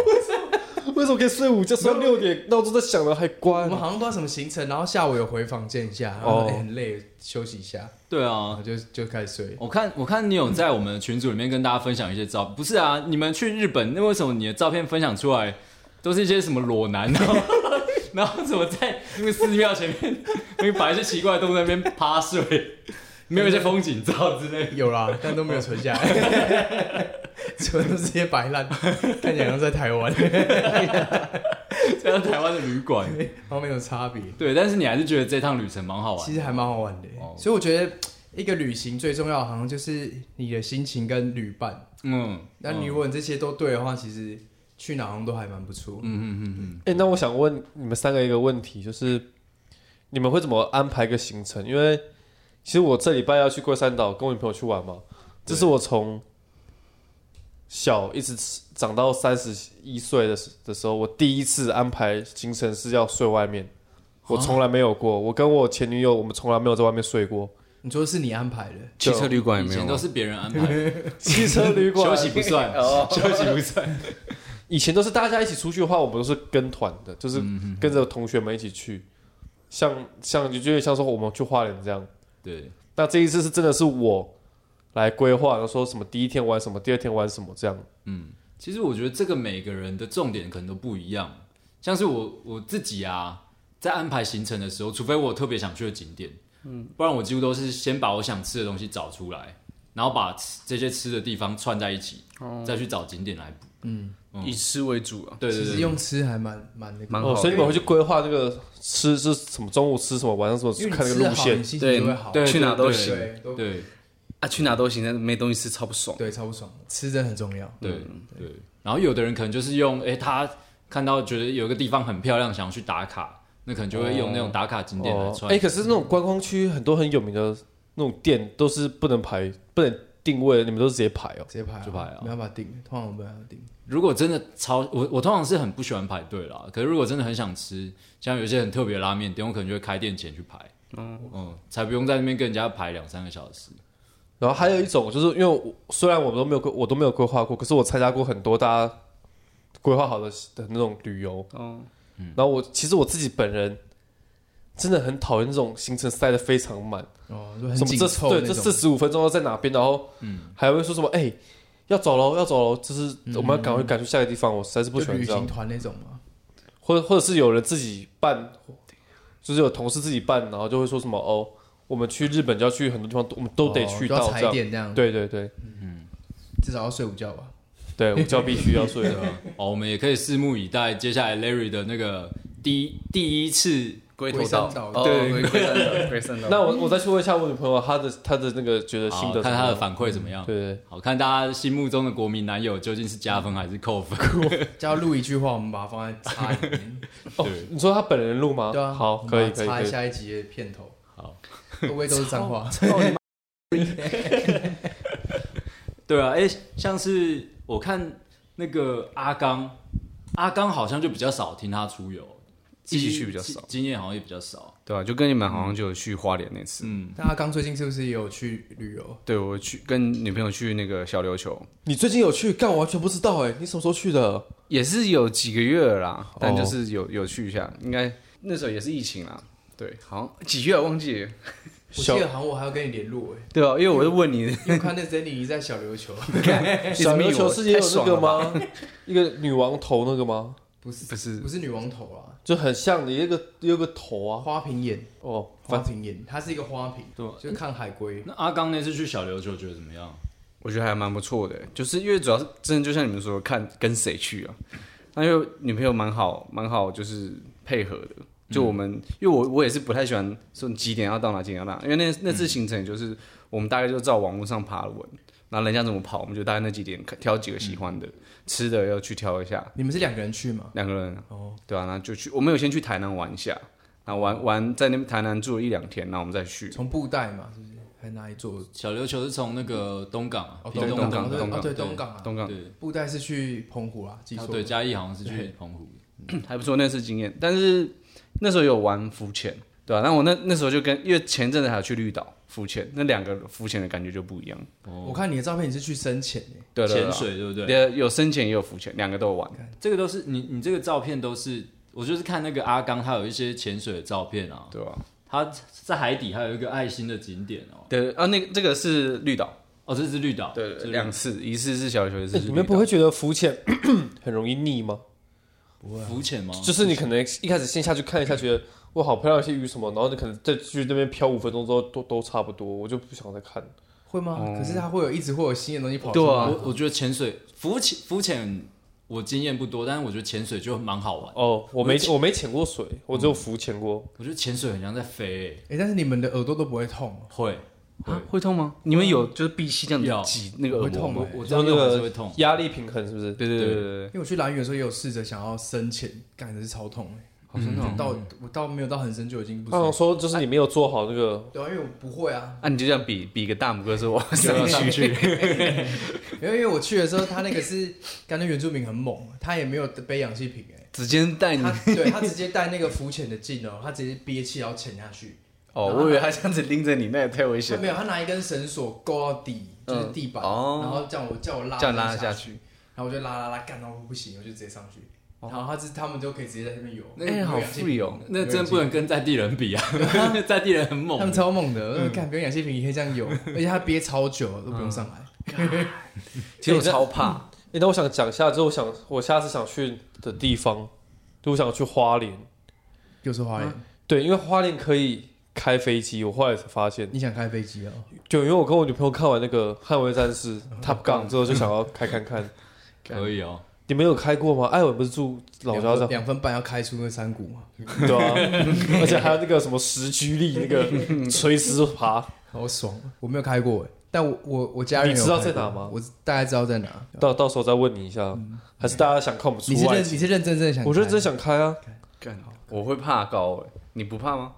[SPEAKER 3] 为什么可以睡午觉？睡到六点，闹钟在响了还
[SPEAKER 2] 我
[SPEAKER 3] 关
[SPEAKER 2] 们？好像不知道什么行程，然后下午有回房间一下，然后、
[SPEAKER 3] 哦
[SPEAKER 2] 哎很累，休息一下，
[SPEAKER 1] [laughs] 对
[SPEAKER 2] 然
[SPEAKER 1] 啊
[SPEAKER 2] 后，就就开始睡。
[SPEAKER 1] 我看我看你有在我们的群组里面跟大家分享一些照，不是啊，你们去日本，那为什么你的照片分享出来都是一些什么裸男，然后 [laughs] 然后怎么在那个寺庙前面，那个摆一些奇怪的动物在那边趴睡，没有一些风景照之类的。
[SPEAKER 2] 有啦，但都没有存下来， [laughs] 存都直接摆烂，看起来像在台湾， [laughs]
[SPEAKER 1] 这样台湾的旅馆，
[SPEAKER 2] 然后没有差别，
[SPEAKER 1] 对，但是你还是觉得这趟旅程蛮好玩
[SPEAKER 2] 其实还蛮好玩的
[SPEAKER 1] 哦。
[SPEAKER 2] 所以我觉得一个旅行最重要，好像就是你的心情跟旅伴。
[SPEAKER 1] 嗯，
[SPEAKER 2] 那你如果你这些都对的话，其实去哪好像都还蛮不错。
[SPEAKER 1] 嗯嗯嗯嗯，
[SPEAKER 3] 哎、那我想问你们三个一个问题，就是你们会怎么安排一个行程？因为其实我这礼拜要去龟山岛跟我女朋友去玩嘛，这是我从小一直长到三十一岁的时的时候，我第一次安排行程是要睡外面，我从来没有过。我跟我前女友，我们从来没有在外面睡过，
[SPEAKER 2] 你说是你安排的，
[SPEAKER 4] 汽车旅馆
[SPEAKER 1] 以
[SPEAKER 4] 也没有
[SPEAKER 1] 前
[SPEAKER 4] 吗，
[SPEAKER 1] 都是别人安排 [laughs] 的，
[SPEAKER 3] [laughs] 汽车旅 [laughs]
[SPEAKER 1] 休
[SPEAKER 3] 馆
[SPEAKER 1] 息不 [laughs] 算，休息不算。
[SPEAKER 3] 以前都是大家一起出去的话，我们都是跟团的，就是跟着同学们一起去，像像就就像说我们去花莲这样。
[SPEAKER 1] 对，
[SPEAKER 3] 那这一次是真的是我来规划，然后说什么第一天玩什么，第二天玩什么这样。
[SPEAKER 1] 其实我觉得这个每个人的重点可能都不一样，像是我我自己啊，在安排行程的时候，除非我有特别想去的景点，嗯，不然我几乎都是先把我想吃的东西找出来，然后把吃这些吃的地方串在一起，
[SPEAKER 2] 哦
[SPEAKER 1] 再去找景点来补。
[SPEAKER 4] 以吃为主啊，
[SPEAKER 1] 对对
[SPEAKER 2] 其实
[SPEAKER 1] 对，
[SPEAKER 2] 用吃还蛮蛮那个，
[SPEAKER 4] 蛮好
[SPEAKER 3] 哦，
[SPEAKER 4] 的。
[SPEAKER 3] 所以你们会去规划那个吃是什么，中午吃什么，晚上什么，
[SPEAKER 2] 因为
[SPEAKER 3] 看
[SPEAKER 2] 你
[SPEAKER 3] 那
[SPEAKER 2] 吃得
[SPEAKER 3] 个路
[SPEAKER 2] 好，
[SPEAKER 3] 线
[SPEAKER 2] 你。心
[SPEAKER 4] 对
[SPEAKER 2] 情就会好。
[SPEAKER 1] 对
[SPEAKER 4] 去哪都行
[SPEAKER 2] 对，都嗯
[SPEAKER 1] 对
[SPEAKER 4] 啊，去哪都行，但是没东西吃超不爽。
[SPEAKER 2] 对，超不爽的，吃真的很重要。
[SPEAKER 1] 对对。然后有的人可能就是用，诶，他看到觉得有个地方很漂亮，想要去打卡，那可能就会用那种打卡景点来
[SPEAKER 3] 哦，
[SPEAKER 1] 串。
[SPEAKER 3] 哎、可是那种观光区很多很有名的那种店都是不能排、不能定位的，你们都是直接排哦。
[SPEAKER 2] 直接排啊
[SPEAKER 1] 就排啊
[SPEAKER 2] 没办法定，通常我没办法定。
[SPEAKER 1] 如果真的超我我通常是很不喜欢排队啦，可是如果真的很想吃，像有一些很特别的拉面店，我可能就会开店前去排，嗯才不用在那边跟人家排两三个小时。
[SPEAKER 3] 然后还有一种就是因为我虽然我们都没有规，我都没有规划过，可是我参加过很多大家规划好的的那种旅游。
[SPEAKER 4] 哦，
[SPEAKER 3] 然后我其实我自己本人真的很讨厌这种行程塞得非常满，
[SPEAKER 2] 哦，就很
[SPEAKER 3] 什么
[SPEAKER 2] 紧
[SPEAKER 3] 这
[SPEAKER 2] 凑
[SPEAKER 3] 对
[SPEAKER 2] 那
[SPEAKER 3] 这
[SPEAKER 2] 种嗯
[SPEAKER 3] 四十五分钟要在哪边，然后还会说什么哎、要走喽要走喽，就是我们要赶快赶去下一个地方，我实在是不喜
[SPEAKER 2] 就
[SPEAKER 3] 欢
[SPEAKER 2] 旅
[SPEAKER 3] 这样
[SPEAKER 2] 行。团那种嘛。
[SPEAKER 3] 或者或者是有人自己办，就是有同事自己办，然后就会说什么哦，我们去日本就要去很多地方，我们都得
[SPEAKER 2] 哦
[SPEAKER 3] 去
[SPEAKER 2] 就要
[SPEAKER 3] 到这
[SPEAKER 2] 踩
[SPEAKER 3] 样。
[SPEAKER 2] 点这样，
[SPEAKER 3] 对对对
[SPEAKER 2] 至少要睡午觉吧。
[SPEAKER 3] 对，
[SPEAKER 2] [laughs]
[SPEAKER 3] 我觉必须要睡的。
[SPEAKER 1] 哦，我们也可以拭目以待，接下来 Larry 的那个第一第一次
[SPEAKER 4] 龟
[SPEAKER 2] 龟
[SPEAKER 4] 头
[SPEAKER 2] 山
[SPEAKER 4] 岛
[SPEAKER 2] 岛，
[SPEAKER 4] 哦
[SPEAKER 1] 对
[SPEAKER 4] 龟龟山 [laughs] 岛，龟山岛。
[SPEAKER 3] 那我我再去问一下我女朋友，她的她的那个觉得心
[SPEAKER 1] 好
[SPEAKER 2] 哦
[SPEAKER 1] 哦
[SPEAKER 3] 得怎
[SPEAKER 1] 看
[SPEAKER 3] 么
[SPEAKER 1] 他的
[SPEAKER 3] 样，
[SPEAKER 1] 反馈怎么样。
[SPEAKER 3] 对对。
[SPEAKER 1] 好看大家心目中的国民男友究竟是加分还是扣分？
[SPEAKER 2] 叫他录一句话，我们把它放在插里
[SPEAKER 3] [laughs]
[SPEAKER 2] 面。
[SPEAKER 3] 哦，你说她本人录吗？
[SPEAKER 2] 对啊，
[SPEAKER 3] 好，
[SPEAKER 2] 我们
[SPEAKER 3] 可以
[SPEAKER 2] 把
[SPEAKER 3] 可
[SPEAKER 2] 它插
[SPEAKER 3] 以可
[SPEAKER 2] 一
[SPEAKER 3] 以。
[SPEAKER 2] 下一集的片头。
[SPEAKER 1] 好，
[SPEAKER 3] [laughs]
[SPEAKER 2] 会不会都是脏话？
[SPEAKER 1] 对啊，哎、像是我看那个阿刚，阿刚好像就比较少听他出游，
[SPEAKER 4] 一起去比较少
[SPEAKER 1] 经经验好像也比较少。
[SPEAKER 4] 对啊吧、就跟你们好像就有去花莲那次，
[SPEAKER 1] 嗯，
[SPEAKER 2] 但阿刚最近是不是也有去旅游？
[SPEAKER 4] 对我去跟女朋友去那个小琉球，
[SPEAKER 3] 你最近有去？干，我完全不知道哎、你什么时候去的？
[SPEAKER 4] 也是有几个月了啦
[SPEAKER 3] 哦，
[SPEAKER 4] 但就是有有去一下，应该那时候也是疫情啦，对，好像几月啊忘记了，
[SPEAKER 2] 我记得好像我还要跟你联络哎、
[SPEAKER 4] 对啊，因为我是问 [laughs] 你，
[SPEAKER 2] 因为我看那 Zenny 在小琉
[SPEAKER 3] [laughs]
[SPEAKER 2] 球，
[SPEAKER 3] 小
[SPEAKER 4] 迷
[SPEAKER 3] 琉
[SPEAKER 4] 我
[SPEAKER 3] 球世界有
[SPEAKER 4] 太
[SPEAKER 3] 那
[SPEAKER 4] 爽
[SPEAKER 3] 个
[SPEAKER 4] 了吧
[SPEAKER 3] 吗？ [laughs] 一个女王头那个吗？
[SPEAKER 2] 不是
[SPEAKER 4] 不是
[SPEAKER 2] 不是女王头啊，
[SPEAKER 3] 就很像的一个有个头啊。
[SPEAKER 2] 花瓶眼，
[SPEAKER 3] 哦，
[SPEAKER 2] 花瓶眼，它是一个花瓶，
[SPEAKER 1] 对
[SPEAKER 2] 就是看海龟。
[SPEAKER 1] 那阿刚那次去小琉球觉得怎么样？
[SPEAKER 4] 我觉得还蛮不错的，就是因为主要是真的就像你们说，看跟谁去啊。那因为女朋友蛮好，蛮好，就是配合的。就我们，因为我我也是不太喜欢说你几点要到哪，几点要到哪，因为那那次行程就是我们大概就照网络上爬文，然后人家怎么跑，我们就大概那几点挑几个喜欢的，吃的要去挑一下，
[SPEAKER 2] 你们是两个人去吗？
[SPEAKER 4] 两个人哦，对啊，那就去，我们有先去台南玩一下，然后玩玩在那边台南住了一两天，然后我们再去
[SPEAKER 2] 从布袋嘛，是不是？还哪里做？
[SPEAKER 1] 小琉球是从那个东港啊，
[SPEAKER 2] 哦，
[SPEAKER 1] 屏
[SPEAKER 4] 对
[SPEAKER 1] 东
[SPEAKER 4] 东
[SPEAKER 2] 港，
[SPEAKER 4] 港
[SPEAKER 2] 对
[SPEAKER 4] 东
[SPEAKER 2] 哦
[SPEAKER 4] 港
[SPEAKER 2] 对东港啊，
[SPEAKER 4] 东港。
[SPEAKER 1] 对，
[SPEAKER 2] 布袋是去澎湖啦，记
[SPEAKER 1] 啊
[SPEAKER 2] 错。
[SPEAKER 1] 对，，嘉义好像是去澎湖。
[SPEAKER 4] [clears throat] 还不错，那次经验。但是那时候有玩浮潜，对吧、那我那那时候就跟，因为前阵子还有去绿岛浮潜，那两个浮潜的感觉就不一样。
[SPEAKER 2] 我看你的照片，你是去深潜诶，
[SPEAKER 4] 对对
[SPEAKER 1] 潜
[SPEAKER 4] 对
[SPEAKER 1] 水对不对？
[SPEAKER 4] 对，有深潜也有浮潜，两个都有玩。
[SPEAKER 1] 这个都是你你这个照片都是，我就是看那个阿刚他有一些潜水的照片啊，
[SPEAKER 4] 对吧、
[SPEAKER 1] 他在海底还有一个爱心的景点哦，
[SPEAKER 4] 对啊，那个这个是绿岛，
[SPEAKER 1] 哦这是绿岛，
[SPEAKER 4] 对
[SPEAKER 1] 这是
[SPEAKER 4] 对，两次，一次是小琉球，一次
[SPEAKER 3] 欸
[SPEAKER 4] 是
[SPEAKER 3] 你
[SPEAKER 4] 绿
[SPEAKER 3] 们不
[SPEAKER 4] 岛。
[SPEAKER 3] 会觉得浮潜 [coughs] 很容易腻吗？
[SPEAKER 1] 浮潜吗？
[SPEAKER 3] 就是你可能一开始先下去看一下，觉得哇好漂亮一些鱼什么，然后你可能再去那边漂五分钟之后都都差不多，我就不想再看。
[SPEAKER 2] 会吗？可是它会有一直会有新的东西跑出
[SPEAKER 4] 哦对
[SPEAKER 2] 来。
[SPEAKER 4] 啊
[SPEAKER 1] 我我觉得潜水浮潜浮潜我经验不多，但是我觉得潜水就蛮好玩，
[SPEAKER 3] 哦，我没我没潜过水，我只有浮潜过。
[SPEAKER 1] 我觉得潜水很像在飞、欸，
[SPEAKER 2] 哎，但是你们的耳朵都不会痛哦，
[SPEAKER 1] 会
[SPEAKER 4] 啊会痛吗？你们有就是闭气这
[SPEAKER 1] 有
[SPEAKER 4] 样挤那个耳
[SPEAKER 2] 会
[SPEAKER 4] 膜
[SPEAKER 2] 痛
[SPEAKER 4] 吗？
[SPEAKER 2] 吗？
[SPEAKER 1] 我
[SPEAKER 3] 你
[SPEAKER 1] 这样
[SPEAKER 3] 说那
[SPEAKER 1] 用还是
[SPEAKER 3] 个
[SPEAKER 1] 会痛，
[SPEAKER 3] 压力平衡是不是？
[SPEAKER 4] 对对对对对，
[SPEAKER 2] 因为我去蓝屿的时候也有试着想要深潜，感觉是超痛哎，好痛！到我到没有到很深就已经不
[SPEAKER 3] 他好像
[SPEAKER 2] 舒
[SPEAKER 3] 说就是你没有做好那个，
[SPEAKER 2] 服。对啊，因为我不会啊，
[SPEAKER 4] 啊，你就这样比比个大拇哥说我上去去，
[SPEAKER 2] 没有，因为我去的时候，他那个是感觉原住民很猛，他也没有背氧气瓶哎、
[SPEAKER 4] 直接带你
[SPEAKER 2] 他。对他直接带那个浮潜的镜哦，他直接憋气然后潜下去，
[SPEAKER 4] 哦，我以为他这样子拎着你，那也太危
[SPEAKER 2] 他
[SPEAKER 4] 险了。
[SPEAKER 2] 没有，他拿一根绳索勾到底，就是地板，
[SPEAKER 4] 嗯哦
[SPEAKER 2] 然后叫我叫我拉，
[SPEAKER 4] 这样拉
[SPEAKER 2] 下
[SPEAKER 4] 下，去，
[SPEAKER 2] 然后我就拉拉拉，干到不行，我就直接上去，然后他自他们就可以直接在那边游，
[SPEAKER 1] 那
[SPEAKER 4] 哎、好富有、哦。
[SPEAKER 1] 那真的不能跟在地人比啊，在地人很猛
[SPEAKER 2] 他，们超猛的，我干不用氧气瓶也可以这样游，而且他憋超久都不用上来， [laughs]
[SPEAKER 4] 其实我超怕，
[SPEAKER 3] 欸那我想讲一下，就是我想我下次想去的地方，就我想去花莲。
[SPEAKER 2] 又是花莲，
[SPEAKER 3] 对，因为花莲可以开飞机，我后来才发现，
[SPEAKER 2] 你想开飞机哦？
[SPEAKER 3] 就因为我跟我女朋友看完那个《捍卫战
[SPEAKER 2] [laughs]
[SPEAKER 3] 士》Top Gun 之后，就想要开看看。
[SPEAKER 1] 可以哦，
[SPEAKER 3] 你们有开过吗？艾文不是住老
[SPEAKER 2] 两
[SPEAKER 3] 家
[SPEAKER 2] 分
[SPEAKER 3] 上，
[SPEAKER 2] 两分半要开出那山谷嘛，
[SPEAKER 3] 对啊， [laughs] 而且还有那个什么十居力那个垂直爬，
[SPEAKER 2] 好爽！我没有开过哎，但我我我家人有
[SPEAKER 3] 你知道
[SPEAKER 2] 开过
[SPEAKER 3] 在哪吗
[SPEAKER 2] 我大概知道在哪。
[SPEAKER 3] 到到时候再问你一下，还是大家想看我们
[SPEAKER 2] 嗯
[SPEAKER 3] 出
[SPEAKER 2] 你是
[SPEAKER 3] 外
[SPEAKER 2] 认
[SPEAKER 3] 景？
[SPEAKER 2] 你是认真真的想开？
[SPEAKER 3] 我认真想开啊，
[SPEAKER 4] 干我会怕高哎、你不怕吗？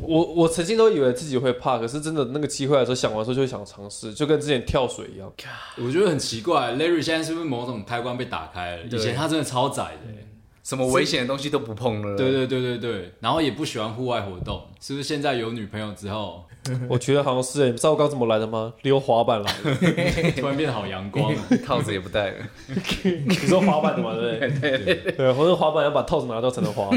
[SPEAKER 3] 我我曾经都以为自己会怕，可是真的那个机会来的时候，想完之后就会想尝试，就跟之前跳水
[SPEAKER 2] [laughs]
[SPEAKER 3] 一样。
[SPEAKER 1] 我觉得很奇怪，Larry 现在是不是某种开关被打开了？以
[SPEAKER 4] 对
[SPEAKER 1] 前他真的超窄的、欸。
[SPEAKER 4] 什么危险的东西都不碰了。
[SPEAKER 1] 对对对对对，然后也不喜欢户外活动，是不是？现在有女朋友之后，
[SPEAKER 3] 我觉得好像是、欸，你知道我刚怎么来的吗？溜滑板来的。
[SPEAKER 1] 突然变得好阳光，啊
[SPEAKER 4] 套子也不戴了。
[SPEAKER 3] [laughs] 你说滑板 [laughs] 的嘛，对不对？对对，或者滑板要把套子拿掉才能滑。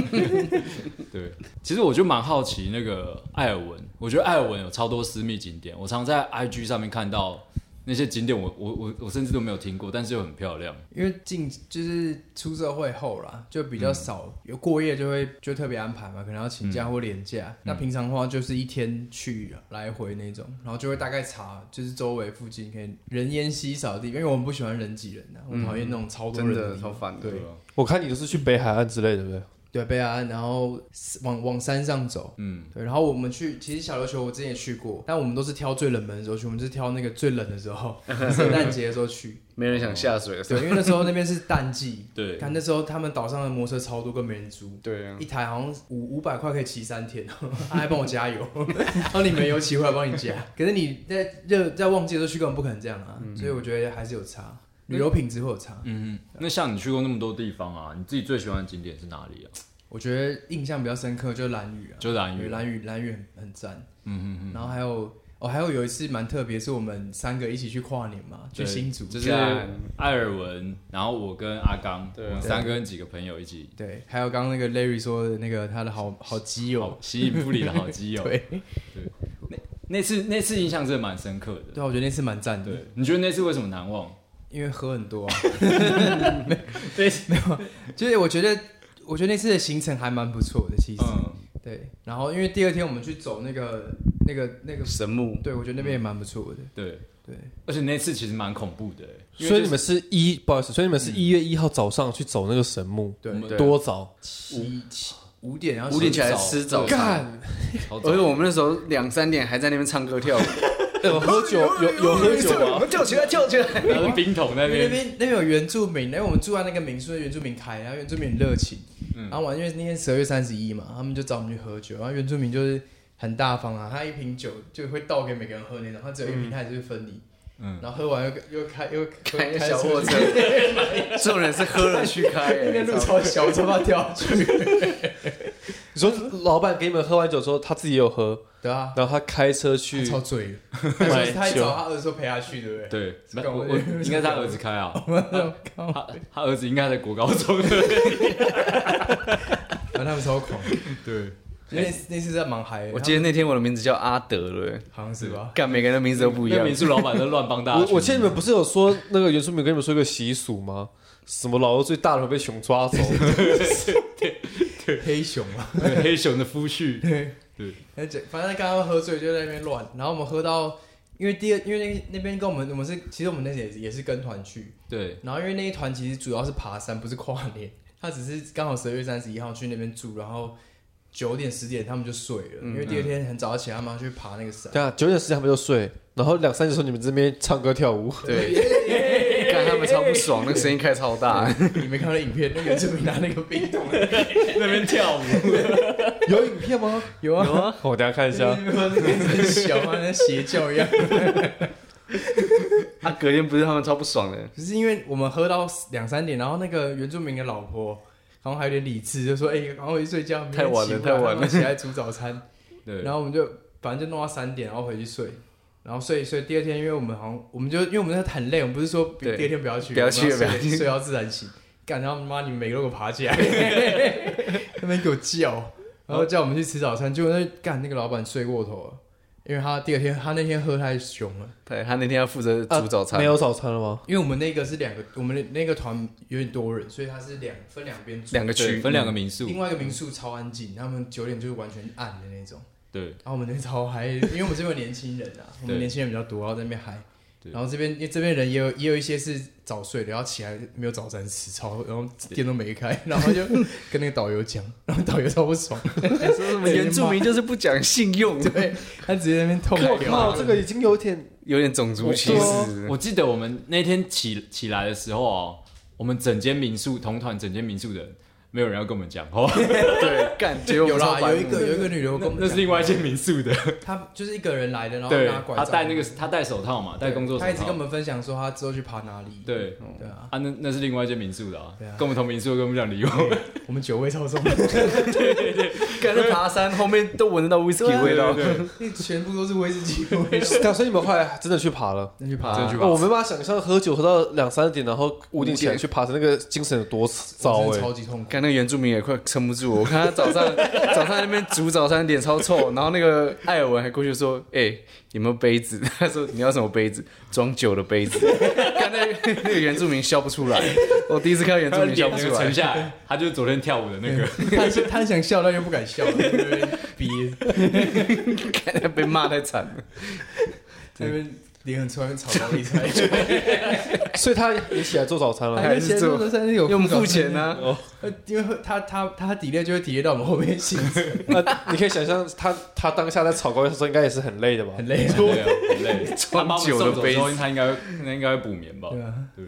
[SPEAKER 1] 对，其实我就蛮好奇那个艾尔文，我觉得艾尔文有超多私密景点，我常在 IG 上面看到那些景点我，我我我甚至都没有听过，但是又很漂亮。
[SPEAKER 2] 因为进就是出社会后啦，就比较少有过夜，就会就特别安排嘛，可能要请假或连假。那平常的话就是一天去来回那种，然后就会大概查就是周围附近可以人烟稀少的地方，因为我们不嗯喜欢人挤人呐、我讨厌那种超多人
[SPEAKER 4] 真的
[SPEAKER 2] 地方
[SPEAKER 4] 超烦的
[SPEAKER 2] 对，
[SPEAKER 3] 我看你都是去北海岸之类的，对不对？
[SPEAKER 2] 对，北海岸，然后往往山上走，嗯，对，然后我们去，其实小琉球我之前也去过，但我们都是挑最冷门的时候去，我们是挑那个最冷的时候，圣诞节的时候 [laughs] 去，
[SPEAKER 4] 没人想下水的时候。
[SPEAKER 2] 对，因为那时候那边是淡季，
[SPEAKER 1] 对嗯
[SPEAKER 2] 看那时候他们岛上的摩托车超多，跟没人租，
[SPEAKER 4] 对啊，
[SPEAKER 2] 一台好像五五百块可以骑三天， [laughs] 他还帮我加油， [laughs] 然后你没油骑回来帮你加。可是你在热在旺季的时候去根本不可能这样啊，所以我觉得还是有差，旅游品质会有差。
[SPEAKER 1] 嗯，那像你去过那么多地方啊，你自己最喜欢的景点是哪里啊？
[SPEAKER 2] 我觉得印象比较深刻就是蓝屿啊，
[SPEAKER 1] 就是蓝屿
[SPEAKER 2] 蓝屿蓝屿很很赞。
[SPEAKER 1] 嗯
[SPEAKER 2] 然后还有哦，还有有一次蛮特别，是我们三个一起去跨年嘛，去
[SPEAKER 1] 对
[SPEAKER 2] 新竹，
[SPEAKER 1] 就是艾尔文，然后我跟阿刚，我们三个跟几个朋友一起，
[SPEAKER 2] 对，还有刚刚那个 Larry 说的那个他的好好基友，
[SPEAKER 1] 好形影不离的好基友。
[SPEAKER 2] 对
[SPEAKER 1] 那次那次印象真的蛮深刻的。
[SPEAKER 2] 对啊，我觉得那次蛮赞的，
[SPEAKER 1] 对，你觉得那次为什么难忘？
[SPEAKER 2] 因为喝很
[SPEAKER 4] [laughs]
[SPEAKER 2] 多、啊，没有，就是我觉得，我觉得那次的行程还蛮不错的，其实、
[SPEAKER 1] 嗯，
[SPEAKER 2] 对。然后因为第二天我们去走那个那个那个，
[SPEAKER 4] 神木
[SPEAKER 2] 对我觉得那边也蛮不错的，
[SPEAKER 1] 对，
[SPEAKER 2] 对，
[SPEAKER 1] 而且那次其实蛮恐怖的，因为
[SPEAKER 3] 所以
[SPEAKER 1] 就
[SPEAKER 3] 你们是嗯一不好意思，所以你们是一月一号早上去走那个神木，
[SPEAKER 2] 对
[SPEAKER 4] 对
[SPEAKER 3] 多早？
[SPEAKER 2] 七七五点然后
[SPEAKER 4] 五点起来
[SPEAKER 2] 洗
[SPEAKER 4] 吃
[SPEAKER 2] 澡
[SPEAKER 4] 早餐，
[SPEAKER 2] 干，
[SPEAKER 1] 超早
[SPEAKER 4] 而且我们那时候两三点还在那边唱歌跳舞，
[SPEAKER 3] [laughs] 哎我喝 [laughs] 酒有有喝
[SPEAKER 2] 啊
[SPEAKER 3] 酒吗？
[SPEAKER 4] 跳起来，跳起
[SPEAKER 1] [laughs]
[SPEAKER 4] 来。
[SPEAKER 1] 拿着冰桶那
[SPEAKER 2] 因为
[SPEAKER 1] 边，
[SPEAKER 2] 那 [laughs] 边那边有原住民，因为我们住在那个民宿，原住民开，然后原住民很热情，然后晚因为那天十二月三十一嘛，他们就找我们去喝酒，然后原住民就是很大方啊，他一瓶酒就会倒给每个人喝那种，他只有一瓶，他也是分离。
[SPEAKER 1] 嗯
[SPEAKER 2] 然后喝完又又开又
[SPEAKER 4] 开
[SPEAKER 2] 又
[SPEAKER 4] 个小
[SPEAKER 2] 车
[SPEAKER 4] 货车，这种人是喝了去开、
[SPEAKER 2] [laughs] 那边路
[SPEAKER 4] 欸。
[SPEAKER 2] 超小，我差不多掉下去。
[SPEAKER 3] 你说老板给你们喝完酒之后，他自己也有喝，
[SPEAKER 2] 对啊，
[SPEAKER 3] 然后他开车去
[SPEAKER 2] 超醉的。他
[SPEAKER 3] 买
[SPEAKER 2] 说他
[SPEAKER 3] 酒
[SPEAKER 2] 找，他儿子说陪他去，对不对？
[SPEAKER 1] 对，
[SPEAKER 2] 搞
[SPEAKER 1] 我
[SPEAKER 2] 我
[SPEAKER 1] 我应该是他儿子开啊，
[SPEAKER 2] [laughs]
[SPEAKER 1] 他他儿子应该在国高中的，
[SPEAKER 2] 然后他们超狂，
[SPEAKER 1] [laughs] 对，
[SPEAKER 2] 那那次真的蛮嗨的。
[SPEAKER 4] 我记得那天我的名字叫阿德了、欸，
[SPEAKER 2] 好像是吧？
[SPEAKER 4] 干每个人的名字都不一
[SPEAKER 1] 那
[SPEAKER 4] 样
[SPEAKER 1] 民。宿老板都乱帮大家取
[SPEAKER 3] 我
[SPEAKER 1] 名。
[SPEAKER 3] 我记得你们不是有说那个原住民跟你们说一个习俗吗？什么老二最大的会被熊抓 [laughs] 走？
[SPEAKER 2] 黑熊啊。
[SPEAKER 1] 对黑熊的夫婿，
[SPEAKER 2] 而且反正刚刚喝醉就在那边乱，然后我们喝到，因为第二，因为那那边跟我们我们是，其实我们那天也是也是跟团去，
[SPEAKER 1] 对，
[SPEAKER 2] 然后因为那一团其实主要是爬山，不是跨年，他只是刚好十二月三十一号去那边住，然后九点十点他们就睡了，
[SPEAKER 3] 嗯
[SPEAKER 2] 因为第二天很早起来，他们要去爬那个山。
[SPEAKER 3] 对啊，九点时他们就睡，然后两三点的时候你们这边唱歌跳舞，
[SPEAKER 4] 对，干他们超不爽，那个声音开超大。
[SPEAKER 3] 嗯
[SPEAKER 2] 你没看到影片，那个原住民拿那个冰桶，
[SPEAKER 1] 那边跳舞，
[SPEAKER 3] [laughs] 有影片吗？
[SPEAKER 2] 有啊，
[SPEAKER 3] [laughs]
[SPEAKER 2] [laughs]
[SPEAKER 3] 我等一下看一下。
[SPEAKER 2] 那边很小啊，那邪教一样。
[SPEAKER 4] 他、隔天不是他们超不爽的，
[SPEAKER 2] 只是因为我们喝到两三点，然后那个原住民的老婆，然后还有点理智，就说：“哎、赶快回去睡觉，明天
[SPEAKER 4] 太晚了
[SPEAKER 2] 起不来
[SPEAKER 4] 太晚了
[SPEAKER 2] 他们起来煮早
[SPEAKER 4] [laughs]
[SPEAKER 2] 餐。
[SPEAKER 1] 对，”
[SPEAKER 2] 然后我们就反正就弄到三点，然后回去睡。然后睡一睡，第二天因为我们好像我们就因为我们在很累，我们不是说比
[SPEAKER 4] 对
[SPEAKER 2] 第二天不要去，
[SPEAKER 4] 不要去
[SPEAKER 2] 我们
[SPEAKER 4] 不要
[SPEAKER 2] 睡
[SPEAKER 4] 去
[SPEAKER 2] 睡到自然醒。干，然后妈你们每个都给我爬
[SPEAKER 4] [laughs]
[SPEAKER 2] 起来，那边给我叫，然后叫我们去吃早餐。结果那干那个老板睡过头了，因为他第二天他那天喝太凶了。
[SPEAKER 4] 对他那天要负责煮早
[SPEAKER 3] 啊
[SPEAKER 4] 餐。
[SPEAKER 3] 没有早餐了吗？
[SPEAKER 2] 因为我们那个是两个，我们那个团有点多人，所以它是两分两边住。
[SPEAKER 4] 两个
[SPEAKER 1] 对
[SPEAKER 4] 区
[SPEAKER 1] 分两个民宿，
[SPEAKER 2] 另外一个民宿超安静，他们九点就是完全暗的那种。
[SPEAKER 1] 对，
[SPEAKER 2] 然后我们那边超嗨， [laughs] 因为我们这边有年轻人啊，我们年轻人比较多，然后在那边嗨。
[SPEAKER 1] 对
[SPEAKER 2] 然后这边因为这边人也有也有一些是早睡的，然后起来没有早餐吃，超然后店都
[SPEAKER 1] [laughs]
[SPEAKER 2] 没开，然后就跟那个导游讲，然后导游超不爽，
[SPEAKER 4] 说什么原住民就是不讲信用，
[SPEAKER 2] 对他直接在那边痛
[SPEAKER 1] [laughs]
[SPEAKER 3] 我
[SPEAKER 2] 改
[SPEAKER 3] 靠，这个已经有点
[SPEAKER 4] [laughs] 有点种族歧视。
[SPEAKER 1] 我记得我们那天起起来的时候哦，我们整间民宿同团整间民宿的人，没有人要跟我们讲哦话，
[SPEAKER 4] 对，干，结果
[SPEAKER 2] 有啦，
[SPEAKER 4] 我们超白目
[SPEAKER 2] 有一个
[SPEAKER 1] [laughs]
[SPEAKER 2] 有一个女的跟我们
[SPEAKER 1] 那是另外一间民宿的，
[SPEAKER 2] 讲，她就是一个人来的，然后
[SPEAKER 1] 对
[SPEAKER 2] 拿，拐
[SPEAKER 1] 他
[SPEAKER 2] 杖，
[SPEAKER 1] 戴那个他戴手套嘛，戴工作手
[SPEAKER 2] 他一直跟我
[SPEAKER 1] 套，
[SPEAKER 2] 们分享说他之后去爬哪里。
[SPEAKER 1] 对。
[SPEAKER 2] 对啊，
[SPEAKER 1] 啊，那那是另外一间民宿的啊，
[SPEAKER 2] 对啊
[SPEAKER 1] 跟我们同民宿，跟我们讲理由。
[SPEAKER 2] 我们酒味超重， [laughs]
[SPEAKER 4] 干在爬山后面都闻得到 whisky 味道。
[SPEAKER 2] 那全部都是威士忌 [laughs] 味。
[SPEAKER 3] [laughs] 对啊，所以你们后来真的去爬
[SPEAKER 2] [laughs]
[SPEAKER 3] 了。
[SPEAKER 2] 那去
[SPEAKER 4] 啊
[SPEAKER 2] 爬，
[SPEAKER 4] 真的去
[SPEAKER 3] 哦我没办法想象喝酒喝到两三点，然后五点起来
[SPEAKER 4] 五点
[SPEAKER 3] 去爬山，那个精神有多糟
[SPEAKER 2] 我真的
[SPEAKER 3] 哎！ [laughs]
[SPEAKER 2] 超级痛苦。
[SPEAKER 4] 看那个原住民也快撑不住我，我看他早上 [laughs] 早上在那边煮早餐，脸超臭，然后那个艾尔文还过去说：“哎、有没有杯子？” [laughs] 他说：“你要什么杯子？装酒的杯子。” [laughs] 看那个那个原住民笑不出来，我第一次看到原
[SPEAKER 1] [laughs]
[SPEAKER 4] 住
[SPEAKER 1] 他
[SPEAKER 4] 民笑
[SPEAKER 1] 脸
[SPEAKER 4] 不
[SPEAKER 1] 就
[SPEAKER 4] 出
[SPEAKER 1] 沉
[SPEAKER 4] 来，
[SPEAKER 1] 下来，他就是昨天跳舞的那个。
[SPEAKER 2] 他想他想笑，但又不敢笑，在那边憋，
[SPEAKER 4] [laughs] 看他被骂太惨了。
[SPEAKER 2] 在那边连横吃完炒高丽菜，
[SPEAKER 3] 所以他也起来做早餐
[SPEAKER 2] 哎
[SPEAKER 3] 了。
[SPEAKER 4] 还是做
[SPEAKER 2] 做生日有
[SPEAKER 4] 因为我们付钱啊呢、
[SPEAKER 2] 呃，因为他他他底 e 就会底 e 到我们后面行程，
[SPEAKER 3] 那你可以想象他他当下在炒高丽菜的时候应该也是很累的吧？
[SPEAKER 2] 很累啊。
[SPEAKER 1] 对啊，很
[SPEAKER 2] [laughs]
[SPEAKER 1] 累。他把我们
[SPEAKER 4] 酒的
[SPEAKER 1] 送走
[SPEAKER 4] 杯
[SPEAKER 1] 之后，他应该他应该会补眠吧？
[SPEAKER 2] 对啊，
[SPEAKER 1] 对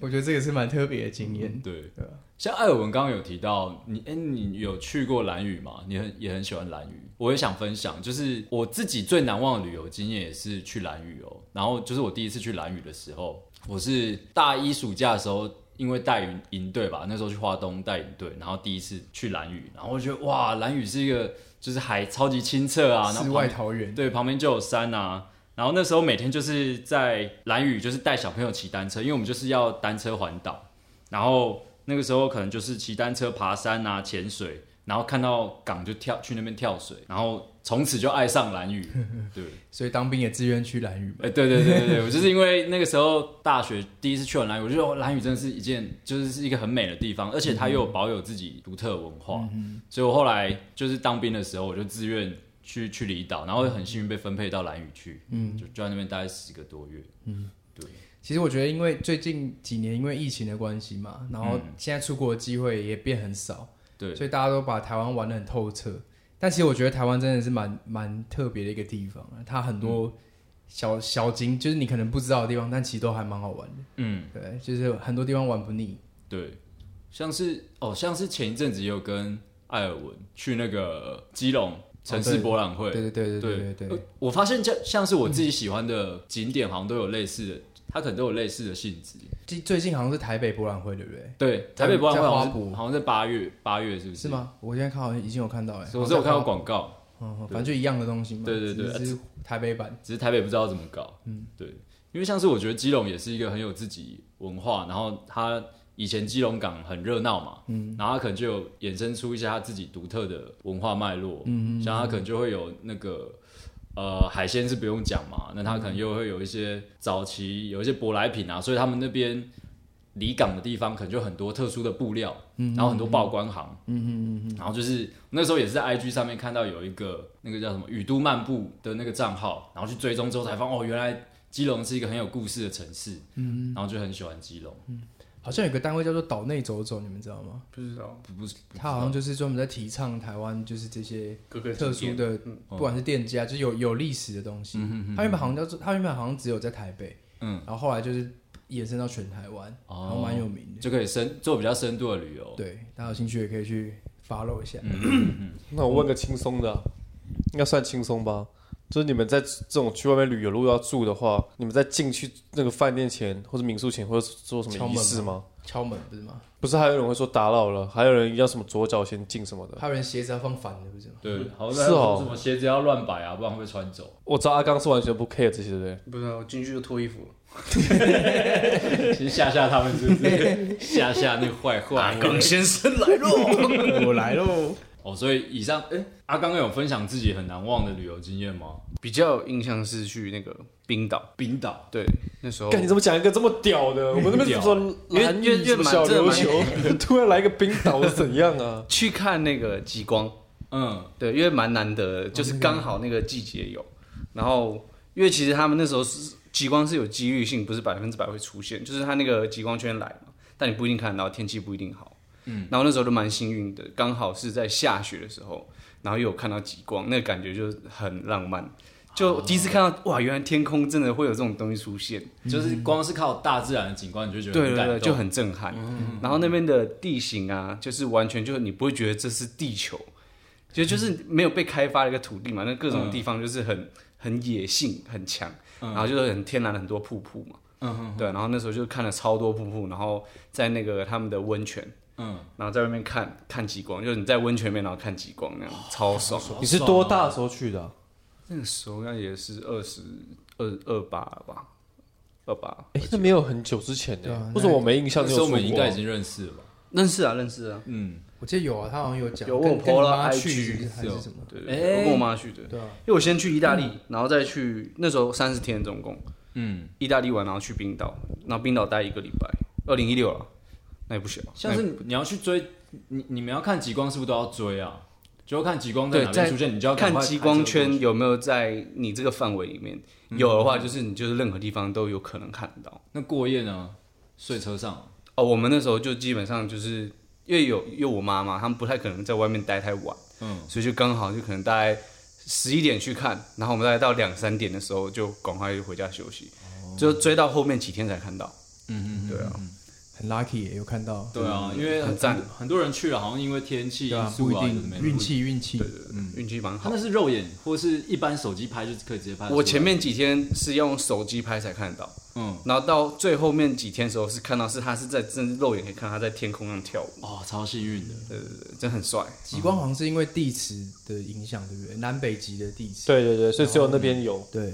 [SPEAKER 2] 我觉得这个是蛮特别的经验。
[SPEAKER 1] 对
[SPEAKER 2] 对啊。
[SPEAKER 1] 像艾尔文刚刚有提到，你哎、你有去过兰屿吗？你很也很喜欢兰屿，我也想分享，就是我自己最难忘的旅游经验也是去兰屿哦。然后就是我第一次去兰屿的时候，我是大一暑假的时候，因为带营营队吧，那时候去花东带营队，然后第一次去兰屿，然后我觉得哇，兰屿是一个就是海超级清澈啊，然后
[SPEAKER 2] 世
[SPEAKER 1] 旁
[SPEAKER 2] 外
[SPEAKER 1] 边
[SPEAKER 2] 桃源，
[SPEAKER 1] 对，旁边就有山啊。然后那时候每天就是在蓝屿，就是带小朋友骑单车，因为我们就是要单车环岛。然后那个时候可能就是骑单车爬山啊、潜水，然后看到港就跳去那边跳水，然后从此就爱上蓝屿。对，
[SPEAKER 2] 所以当兵也自愿去蓝屿嘛。
[SPEAKER 1] 哎、对对对对对，我就是因为那个时候大学第一次去完兰屿，我就觉得哦兰屿真的是一件就是是一个很美的地方，而且它又保有自己独特的文化，所以我后来就是当兵的时候，我就自愿去去离岛，然后很幸运被分配到兰屿去，嗯，就就在那边待十个多月，嗯，对，
[SPEAKER 2] 其实我觉得，因为最近几年因为疫情的关系嘛，然后现在出国的机会也变很少，
[SPEAKER 1] 对
[SPEAKER 2] 所以大家都把台湾玩的很透彻。但其实我觉得台湾真的是蛮蛮特别的一个地方啊，它很多小、小景，就是你可能不知道的地方，但其实都还蛮好玩的。
[SPEAKER 1] 嗯
[SPEAKER 2] 对，就是很多地方玩不腻。
[SPEAKER 1] 对，像是哦，像是前一阵子也有跟艾尔文去那个基隆城市博览会，
[SPEAKER 2] 对对对对对对
[SPEAKER 1] 呃
[SPEAKER 2] 对，
[SPEAKER 1] 我发现像像是我自己喜欢的景点，好像都有类似的，它可能都有类似的性质。
[SPEAKER 2] 最最近好像是台北博览会，对不对？
[SPEAKER 1] 对，
[SPEAKER 2] 在
[SPEAKER 1] 台北博览会好
[SPEAKER 2] 在花
[SPEAKER 1] 像
[SPEAKER 2] 圃
[SPEAKER 1] 是好像在八月，八月是不是？
[SPEAKER 2] 是？吗？我现在看好像已经有看到了，
[SPEAKER 1] 我是有看到
[SPEAKER 2] 好像在
[SPEAKER 1] 广告，
[SPEAKER 2] 嗯，嗯反正就一样的东西嘛。
[SPEAKER 1] 对对对
[SPEAKER 2] 只是台北版。
[SPEAKER 1] 只是台北不知道怎么搞。嗯，对，因为像是我觉得基隆也是一个很有自己文化，然后它以前基隆港很热闹嘛，嗯，然后它可能就有衍生出一些它自己独特的文化脉络，嗯，像它可能就会有那个。呃，海鲜是不用讲嘛，那它可能又会有一些早期有一些舶来品啊，所以他们那边离港的地方可能就很多特殊的布料，然后很多报关行，嗯嗯嗯，然后就是那时候也是在 IG 上面看到有一个那个叫什么“雨都漫步”的那个账号，然后去追踪之后才发现哦，原来基隆是一个很有故事的城市，嗯，然后就很喜欢基隆，
[SPEAKER 2] 好像有个单位叫做岛内走走，你们知道吗？
[SPEAKER 4] 不知道
[SPEAKER 1] 不不是
[SPEAKER 2] 他好像就是专门在提倡台湾就是这些
[SPEAKER 4] 各个
[SPEAKER 2] 特殊的，不管是店家，就是有有历史的东西。他原本好像叫做，他原本好像只有在台北，
[SPEAKER 1] 嗯，
[SPEAKER 2] 然后后来就是延伸到全台湾，然
[SPEAKER 1] 哦
[SPEAKER 2] 后蛮有名的。
[SPEAKER 1] 就可以深做比较深度的旅游，
[SPEAKER 2] 对，大家有兴趣也可以去 follow 一下。
[SPEAKER 3] 那我问个轻松的啊、应该算轻松吧？就是你们在这种去外面旅游，如果要住的话，你们在进去那个饭店前或者民宿前会做什
[SPEAKER 2] 敲门啊
[SPEAKER 3] 么仪
[SPEAKER 2] 吗
[SPEAKER 3] 式吗？
[SPEAKER 2] 敲门不是吗？
[SPEAKER 3] 不是，还有人会说打扰了，还有人要什么左脚先进什么的。
[SPEAKER 2] 还有人鞋子要放反的，不是吗？
[SPEAKER 1] 对，好
[SPEAKER 3] 是哦
[SPEAKER 1] 什么鞋子要乱摆啊，不然会被穿走，
[SPEAKER 3] 我知道阿刚是完全不 care 这些的，
[SPEAKER 4] 不知道，我进去就脱衣服。
[SPEAKER 1] 先吓吓他们是不是？吓吓那个坏
[SPEAKER 4] 哎
[SPEAKER 1] 坏人。
[SPEAKER 4] 先生来 [laughs] 喽！
[SPEAKER 2] 我来喽！
[SPEAKER 1] 哦，所以以上，哎、阿刚有分享自己很难忘的旅游经验吗？
[SPEAKER 4] 比较有印象是去那个冰岛，
[SPEAKER 1] 冰岛，
[SPEAKER 4] 对，那时候
[SPEAKER 3] 干你怎么讲一个这么屌 [laughs] 的？我们那边说蓝
[SPEAKER 4] 因为因为
[SPEAKER 3] 什么小琉 [laughs] 球，突然来一个冰岛是怎样啊？
[SPEAKER 4] 去看那个极光，
[SPEAKER 1] 嗯，
[SPEAKER 4] 对，因为蛮难得的，就是刚好那个季节有。然后，因为其实他们那时候是极光是有几率性，不是百分之百会出现，就是它那个极光圈来嘛，但你不一定看得到，天气不一定好。嗯，然后那时候都蛮幸运的，刚好是在下雪的时候，然后又有看到极光，那个感觉就很浪漫。就第一次看到，哇，原来天空真的会有这种东西出现，
[SPEAKER 1] 就是光是靠大自然的景观，你就觉得
[SPEAKER 4] 对
[SPEAKER 1] 很
[SPEAKER 4] 对
[SPEAKER 1] 感动，
[SPEAKER 4] 对，就很震撼。然后那边的地形啊，就是完全就是你不会觉得这是地球，就就是没有被开发的一个土地嘛，那各种地方就是很、很野性很强，然后就是很天然的很多瀑布嘛。嗯对，然后那时候就看了超多瀑布，然后在那个他们的温泉，
[SPEAKER 1] 嗯，
[SPEAKER 4] 然后在外面看看极光，就是你在温泉里面然后看极光那样，超爽。
[SPEAKER 3] [laughs] 你是多大的时候去的啊、
[SPEAKER 4] 哦那个时候应该也是二十二二八了吧，二八
[SPEAKER 3] 哎、那没有很久之前
[SPEAKER 2] 对啊
[SPEAKER 3] 呢，为什么我没印象
[SPEAKER 1] 那
[SPEAKER 3] 你
[SPEAKER 1] 时
[SPEAKER 3] 有
[SPEAKER 1] 候
[SPEAKER 3] 出
[SPEAKER 1] 我
[SPEAKER 3] 国
[SPEAKER 1] 们应该已
[SPEAKER 3] 啊？
[SPEAKER 1] 经认识了吧？
[SPEAKER 4] 认识啊认识啊，
[SPEAKER 1] 嗯，
[SPEAKER 2] 我记得有啊，他好像有讲，
[SPEAKER 4] 有
[SPEAKER 2] 跟
[SPEAKER 4] 我 po 了
[SPEAKER 2] 跟你妈
[SPEAKER 4] IG
[SPEAKER 2] 去
[SPEAKER 1] 是
[SPEAKER 2] 还是
[SPEAKER 1] 有
[SPEAKER 2] 什么？
[SPEAKER 4] 对，
[SPEAKER 1] 哎
[SPEAKER 4] 我跟我妈去的。
[SPEAKER 2] 对啊，
[SPEAKER 4] 因为我先去意大利，然后再去那时候三十天总共，
[SPEAKER 1] 嗯，
[SPEAKER 4] 意大利玩，然后去冰岛，然后冰岛待一个礼拜，二零一六了，那也不小。
[SPEAKER 1] 哎像是你要去追，你你们要看极光是不是都要追啊？就会看极光在
[SPEAKER 4] 对
[SPEAKER 1] 哪边
[SPEAKER 4] 在
[SPEAKER 1] 出现，你就要赶
[SPEAKER 4] 看
[SPEAKER 1] 快拍
[SPEAKER 4] 激
[SPEAKER 1] 这
[SPEAKER 4] 光
[SPEAKER 1] 个东
[SPEAKER 4] 圈
[SPEAKER 1] 西。
[SPEAKER 4] 有没有在你这个范围里面，
[SPEAKER 1] 嗯
[SPEAKER 4] 有的话就是你就是任何地方都有可能看得到。
[SPEAKER 1] 那过夜呢？睡车上，
[SPEAKER 4] 哦，我们那时候就基本上就是因为有因为我妈妈，他们不太可能在外面待太晚，
[SPEAKER 1] 嗯，
[SPEAKER 4] 所以就刚好就可能大概十一点去看，然后我们大概到两三点的时候就赶快就回家休息，
[SPEAKER 3] 哦
[SPEAKER 4] 就追到后面几天才看到。嗯嗯，嗯对啊，
[SPEAKER 2] 很 lucky 耶有看到，
[SPEAKER 1] 对啊，因为
[SPEAKER 4] 很
[SPEAKER 1] 很
[SPEAKER 4] 赞
[SPEAKER 1] 很多人去了，好像因为天气
[SPEAKER 2] 对
[SPEAKER 1] 因
[SPEAKER 2] 啊，
[SPEAKER 1] 素
[SPEAKER 2] 不一
[SPEAKER 1] 啊，有的没
[SPEAKER 2] 定
[SPEAKER 1] 的
[SPEAKER 2] 运。气运气
[SPEAKER 4] 对，对对，运气蛮
[SPEAKER 1] 他
[SPEAKER 4] 好
[SPEAKER 1] 那。是肉眼或是一般手机拍就可以直接拍得出来。
[SPEAKER 4] 我前面几天是用手机拍才看到，
[SPEAKER 1] 嗯，
[SPEAKER 4] 然后到最后面几天的时候是看到是它是在真是肉眼可以看它在天空上跳舞，
[SPEAKER 1] 哦，超幸运的。
[SPEAKER 4] 对对对，真很帅。
[SPEAKER 2] 极光好像是因为地磁的影响，对不对？南北极的地磁，
[SPEAKER 3] 对对对，所以只有那边有。
[SPEAKER 2] 对，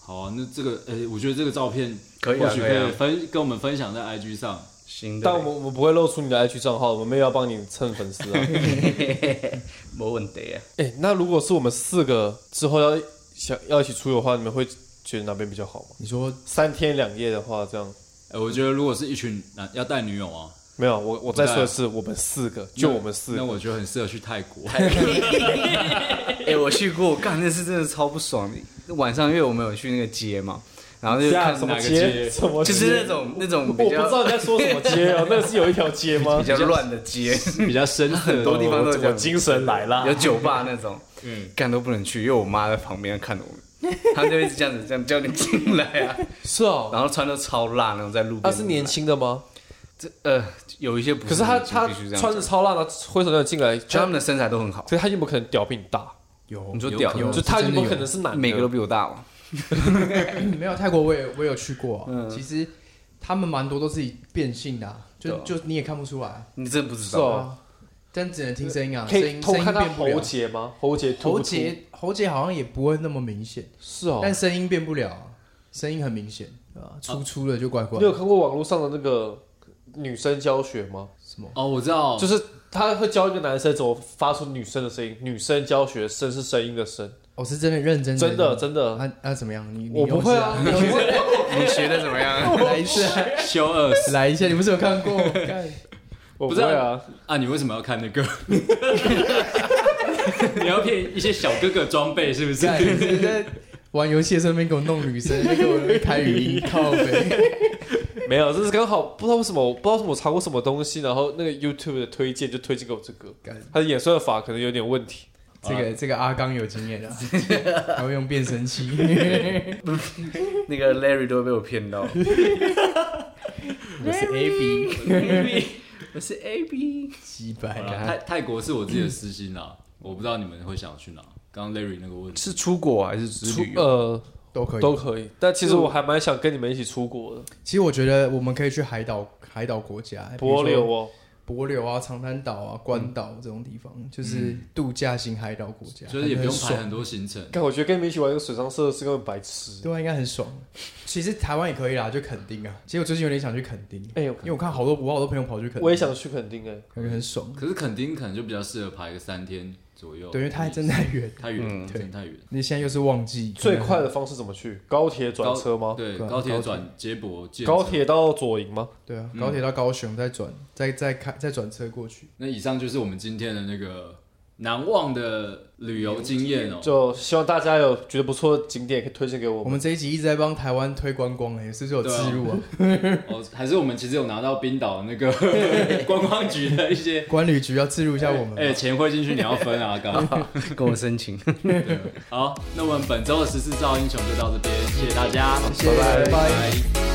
[SPEAKER 1] 好啊，那这个，呃、我觉得这个照片
[SPEAKER 4] 可以啊
[SPEAKER 1] 或许
[SPEAKER 4] 可以啊
[SPEAKER 1] 以分跟我们分享在 IG 上。
[SPEAKER 4] 新
[SPEAKER 3] 但
[SPEAKER 4] 的
[SPEAKER 3] 我们我们不会露出你的 IG 账号，我们没有要帮你蹭粉丝啊。
[SPEAKER 4] 没问题啊，
[SPEAKER 3] 哎、那如果是我们四个之后要想要一起出游的话，你们会觉得哪边比较好吗？
[SPEAKER 2] 你说
[SPEAKER 3] 三天两夜的话，这样
[SPEAKER 1] 哎、我觉得如果是一群男要带女友啊，
[SPEAKER 3] 没有。我我再说一次，我们四个，就我们四
[SPEAKER 1] 那
[SPEAKER 3] 个。
[SPEAKER 1] 我觉得很适合去泰国。
[SPEAKER 4] 哎、我去过，干那次真的超不爽的。晚上因为我们有去那个街嘛，然后就
[SPEAKER 3] 下
[SPEAKER 4] 看
[SPEAKER 3] 啊什
[SPEAKER 1] 哪
[SPEAKER 3] 么
[SPEAKER 1] 个
[SPEAKER 3] 街？
[SPEAKER 1] 街
[SPEAKER 3] 什么
[SPEAKER 4] 就
[SPEAKER 3] 街？
[SPEAKER 4] 是那种那种
[SPEAKER 3] 我
[SPEAKER 4] 比
[SPEAKER 3] 不知
[SPEAKER 4] 较
[SPEAKER 3] 道你在说什么街哦，那是有一条街吗
[SPEAKER 4] 比？较乱的街，
[SPEAKER 1] 比较深色的
[SPEAKER 4] 很多地方都有这
[SPEAKER 3] 我
[SPEAKER 4] 样，
[SPEAKER 3] 精神来啦
[SPEAKER 4] 有！酒吧那种，
[SPEAKER 1] 嗯
[SPEAKER 4] 嗯，干都不能去，因为我妈在旁边看着我们，她就一直这样子这样叫你进来啊，
[SPEAKER 3] 是哦，
[SPEAKER 4] 然后穿的超辣那种在路边。
[SPEAKER 3] 他是年，轻的吗？
[SPEAKER 4] 这呃有一些不
[SPEAKER 3] 可是他
[SPEAKER 4] 年轻
[SPEAKER 3] 他
[SPEAKER 4] 必须这样
[SPEAKER 3] 穿
[SPEAKER 4] 讲
[SPEAKER 3] 着超辣的灰手绢进来，
[SPEAKER 4] 就他
[SPEAKER 3] 他
[SPEAKER 4] 们的身材都很好，
[SPEAKER 3] 可是他有没有可能屌比你大？
[SPEAKER 2] 有
[SPEAKER 4] 你说
[SPEAKER 1] 有
[SPEAKER 4] 屌
[SPEAKER 1] 可能
[SPEAKER 3] 就他有
[SPEAKER 2] 真
[SPEAKER 3] 没
[SPEAKER 2] 的
[SPEAKER 3] 有可
[SPEAKER 2] 有
[SPEAKER 3] 能是男的？
[SPEAKER 4] 每个都比我大嘛？
[SPEAKER 2] [clears throat] 没有泰国，我也我也有去过、啊。
[SPEAKER 3] 嗯
[SPEAKER 2] 其实他们蛮多都自己变性的啊、就、
[SPEAKER 4] 对啊
[SPEAKER 2] 就你也看不出来，
[SPEAKER 4] 你真的不知
[SPEAKER 2] 是
[SPEAKER 4] 道？
[SPEAKER 2] 啊，但只能听声音啊，
[SPEAKER 3] 哦可
[SPEAKER 2] 声
[SPEAKER 3] 以
[SPEAKER 2] 音
[SPEAKER 3] 偷
[SPEAKER 2] 声音
[SPEAKER 3] 看他
[SPEAKER 2] 变不
[SPEAKER 3] 喉
[SPEAKER 2] 了。
[SPEAKER 3] 结吗？喉结凸不
[SPEAKER 2] 喉
[SPEAKER 3] 凸
[SPEAKER 2] 结喉结好像也不会那么明显，
[SPEAKER 3] 是哦。啊
[SPEAKER 2] 但声音变不了啊、声音很明显，对吧？粗粗的就怪怪
[SPEAKER 3] 你。有看过网络上的那个女生教学吗？
[SPEAKER 2] 什么？
[SPEAKER 1] 哦，我知道，
[SPEAKER 3] 就是他会教一个男生怎么发出女生的声音，女生教学声是声音的声，
[SPEAKER 2] 我、哦是真的认真
[SPEAKER 3] 真的真的，
[SPEAKER 2] 他他怎么样？你你
[SPEAKER 3] 我不会啊，
[SPEAKER 2] 又
[SPEAKER 3] 你
[SPEAKER 2] 是
[SPEAKER 3] [laughs] 不会
[SPEAKER 4] 你学的怎么样？ [laughs]
[SPEAKER 2] 来一次啊，
[SPEAKER 1] 修二
[SPEAKER 2] 来一下，你不是有看
[SPEAKER 3] [laughs]
[SPEAKER 2] 过？
[SPEAKER 3] 我
[SPEAKER 1] 不
[SPEAKER 3] 不
[SPEAKER 1] 是
[SPEAKER 3] 会
[SPEAKER 1] 啊
[SPEAKER 3] 啊，
[SPEAKER 1] 啊！你为什么要看那个？ [laughs] 你要骗一些小哥哥装备是不是？
[SPEAKER 2] 干你是在玩游戏的时候，那边给我弄女生，那边给我开语音靠背。
[SPEAKER 3] 没有，这是刚好不知道为什么，不知道为什么我查过什么东西，然后那个 YouTube 的推荐就推荐给我这个
[SPEAKER 2] 干，
[SPEAKER 3] 他的演算法可能有点问题。
[SPEAKER 2] 这个这个阿刚有经验啊，还会用变声器。
[SPEAKER 4] 那个 Larry 都被我骗到。
[SPEAKER 2] 我 [laughs] 是 A B，
[SPEAKER 1] [laughs]
[SPEAKER 4] 我是 AB，
[SPEAKER 2] 击
[SPEAKER 1] 好啦
[SPEAKER 2] 败。
[SPEAKER 1] 泰泰国是我自己的私心啦，我不知道你们会想去哪。刚刚 Larry 那个问题，
[SPEAKER 4] 是出国还是只是
[SPEAKER 3] 出
[SPEAKER 4] 旅游？
[SPEAKER 3] 呃
[SPEAKER 2] 都可以。
[SPEAKER 3] 都可以，但其实我还蛮想跟你们一起出国的，
[SPEAKER 2] 其实我觉得我们可以去海岛海岛国家，比如
[SPEAKER 3] 博
[SPEAKER 2] 说
[SPEAKER 3] 流哦，
[SPEAKER 2] 帛琉啊、长滩岛啊、关岛这种地方，就是度假型海岛国家，
[SPEAKER 1] 就是也不
[SPEAKER 2] 感觉
[SPEAKER 1] 用
[SPEAKER 2] 很
[SPEAKER 1] 排
[SPEAKER 2] 爽。
[SPEAKER 1] 很多行程。
[SPEAKER 3] 看我觉得跟你们一起玩一个水上设施根本白痴。
[SPEAKER 2] 对啊，应该很爽。其实台湾也可以啦，就垦丁啊。其实我最近有点想去垦丁，
[SPEAKER 3] 哎呦，
[SPEAKER 2] 因为我看好多我好多朋友跑去垦丁，
[SPEAKER 3] 我也想去垦丁哎、
[SPEAKER 2] 感觉很爽。
[SPEAKER 1] 可是垦丁可能就比较适合排个三天左右，
[SPEAKER 2] 对，因为它真的太远，
[SPEAKER 1] 太远，
[SPEAKER 4] 嗯
[SPEAKER 1] 真的太远。
[SPEAKER 2] 你现在又是旺季，
[SPEAKER 3] 最
[SPEAKER 2] 可能
[SPEAKER 3] 快的方式怎么去？高铁转车吗？
[SPEAKER 1] 对，
[SPEAKER 2] 对啊
[SPEAKER 1] 高铁
[SPEAKER 2] 高铁
[SPEAKER 1] 转接驳，计程车
[SPEAKER 3] 高铁到左营吗？
[SPEAKER 2] 对啊，高铁到高雄再转，再再开再转车过去。
[SPEAKER 1] 那以上就是我们今天的那个难忘的旅游经验哦。
[SPEAKER 3] 就希望大家有觉得不错的景点可以推荐给我
[SPEAKER 2] 我
[SPEAKER 3] 们。
[SPEAKER 2] 们这一集一直在帮台湾推观光哎、是不是有植入啊？
[SPEAKER 1] 哦，还是我们其实有拿到冰岛那 [laughs] 个观光局的一些，
[SPEAKER 2] 管理局要植入一下我们吗。
[SPEAKER 1] 哎、钱汇进去你要分啊，刚好。
[SPEAKER 4] [laughs] 跟我申请。
[SPEAKER 1] 对好，那我们本周的十四造英雄就到这边，谢谢大家，
[SPEAKER 2] 谢谢拜拜
[SPEAKER 1] 拜拜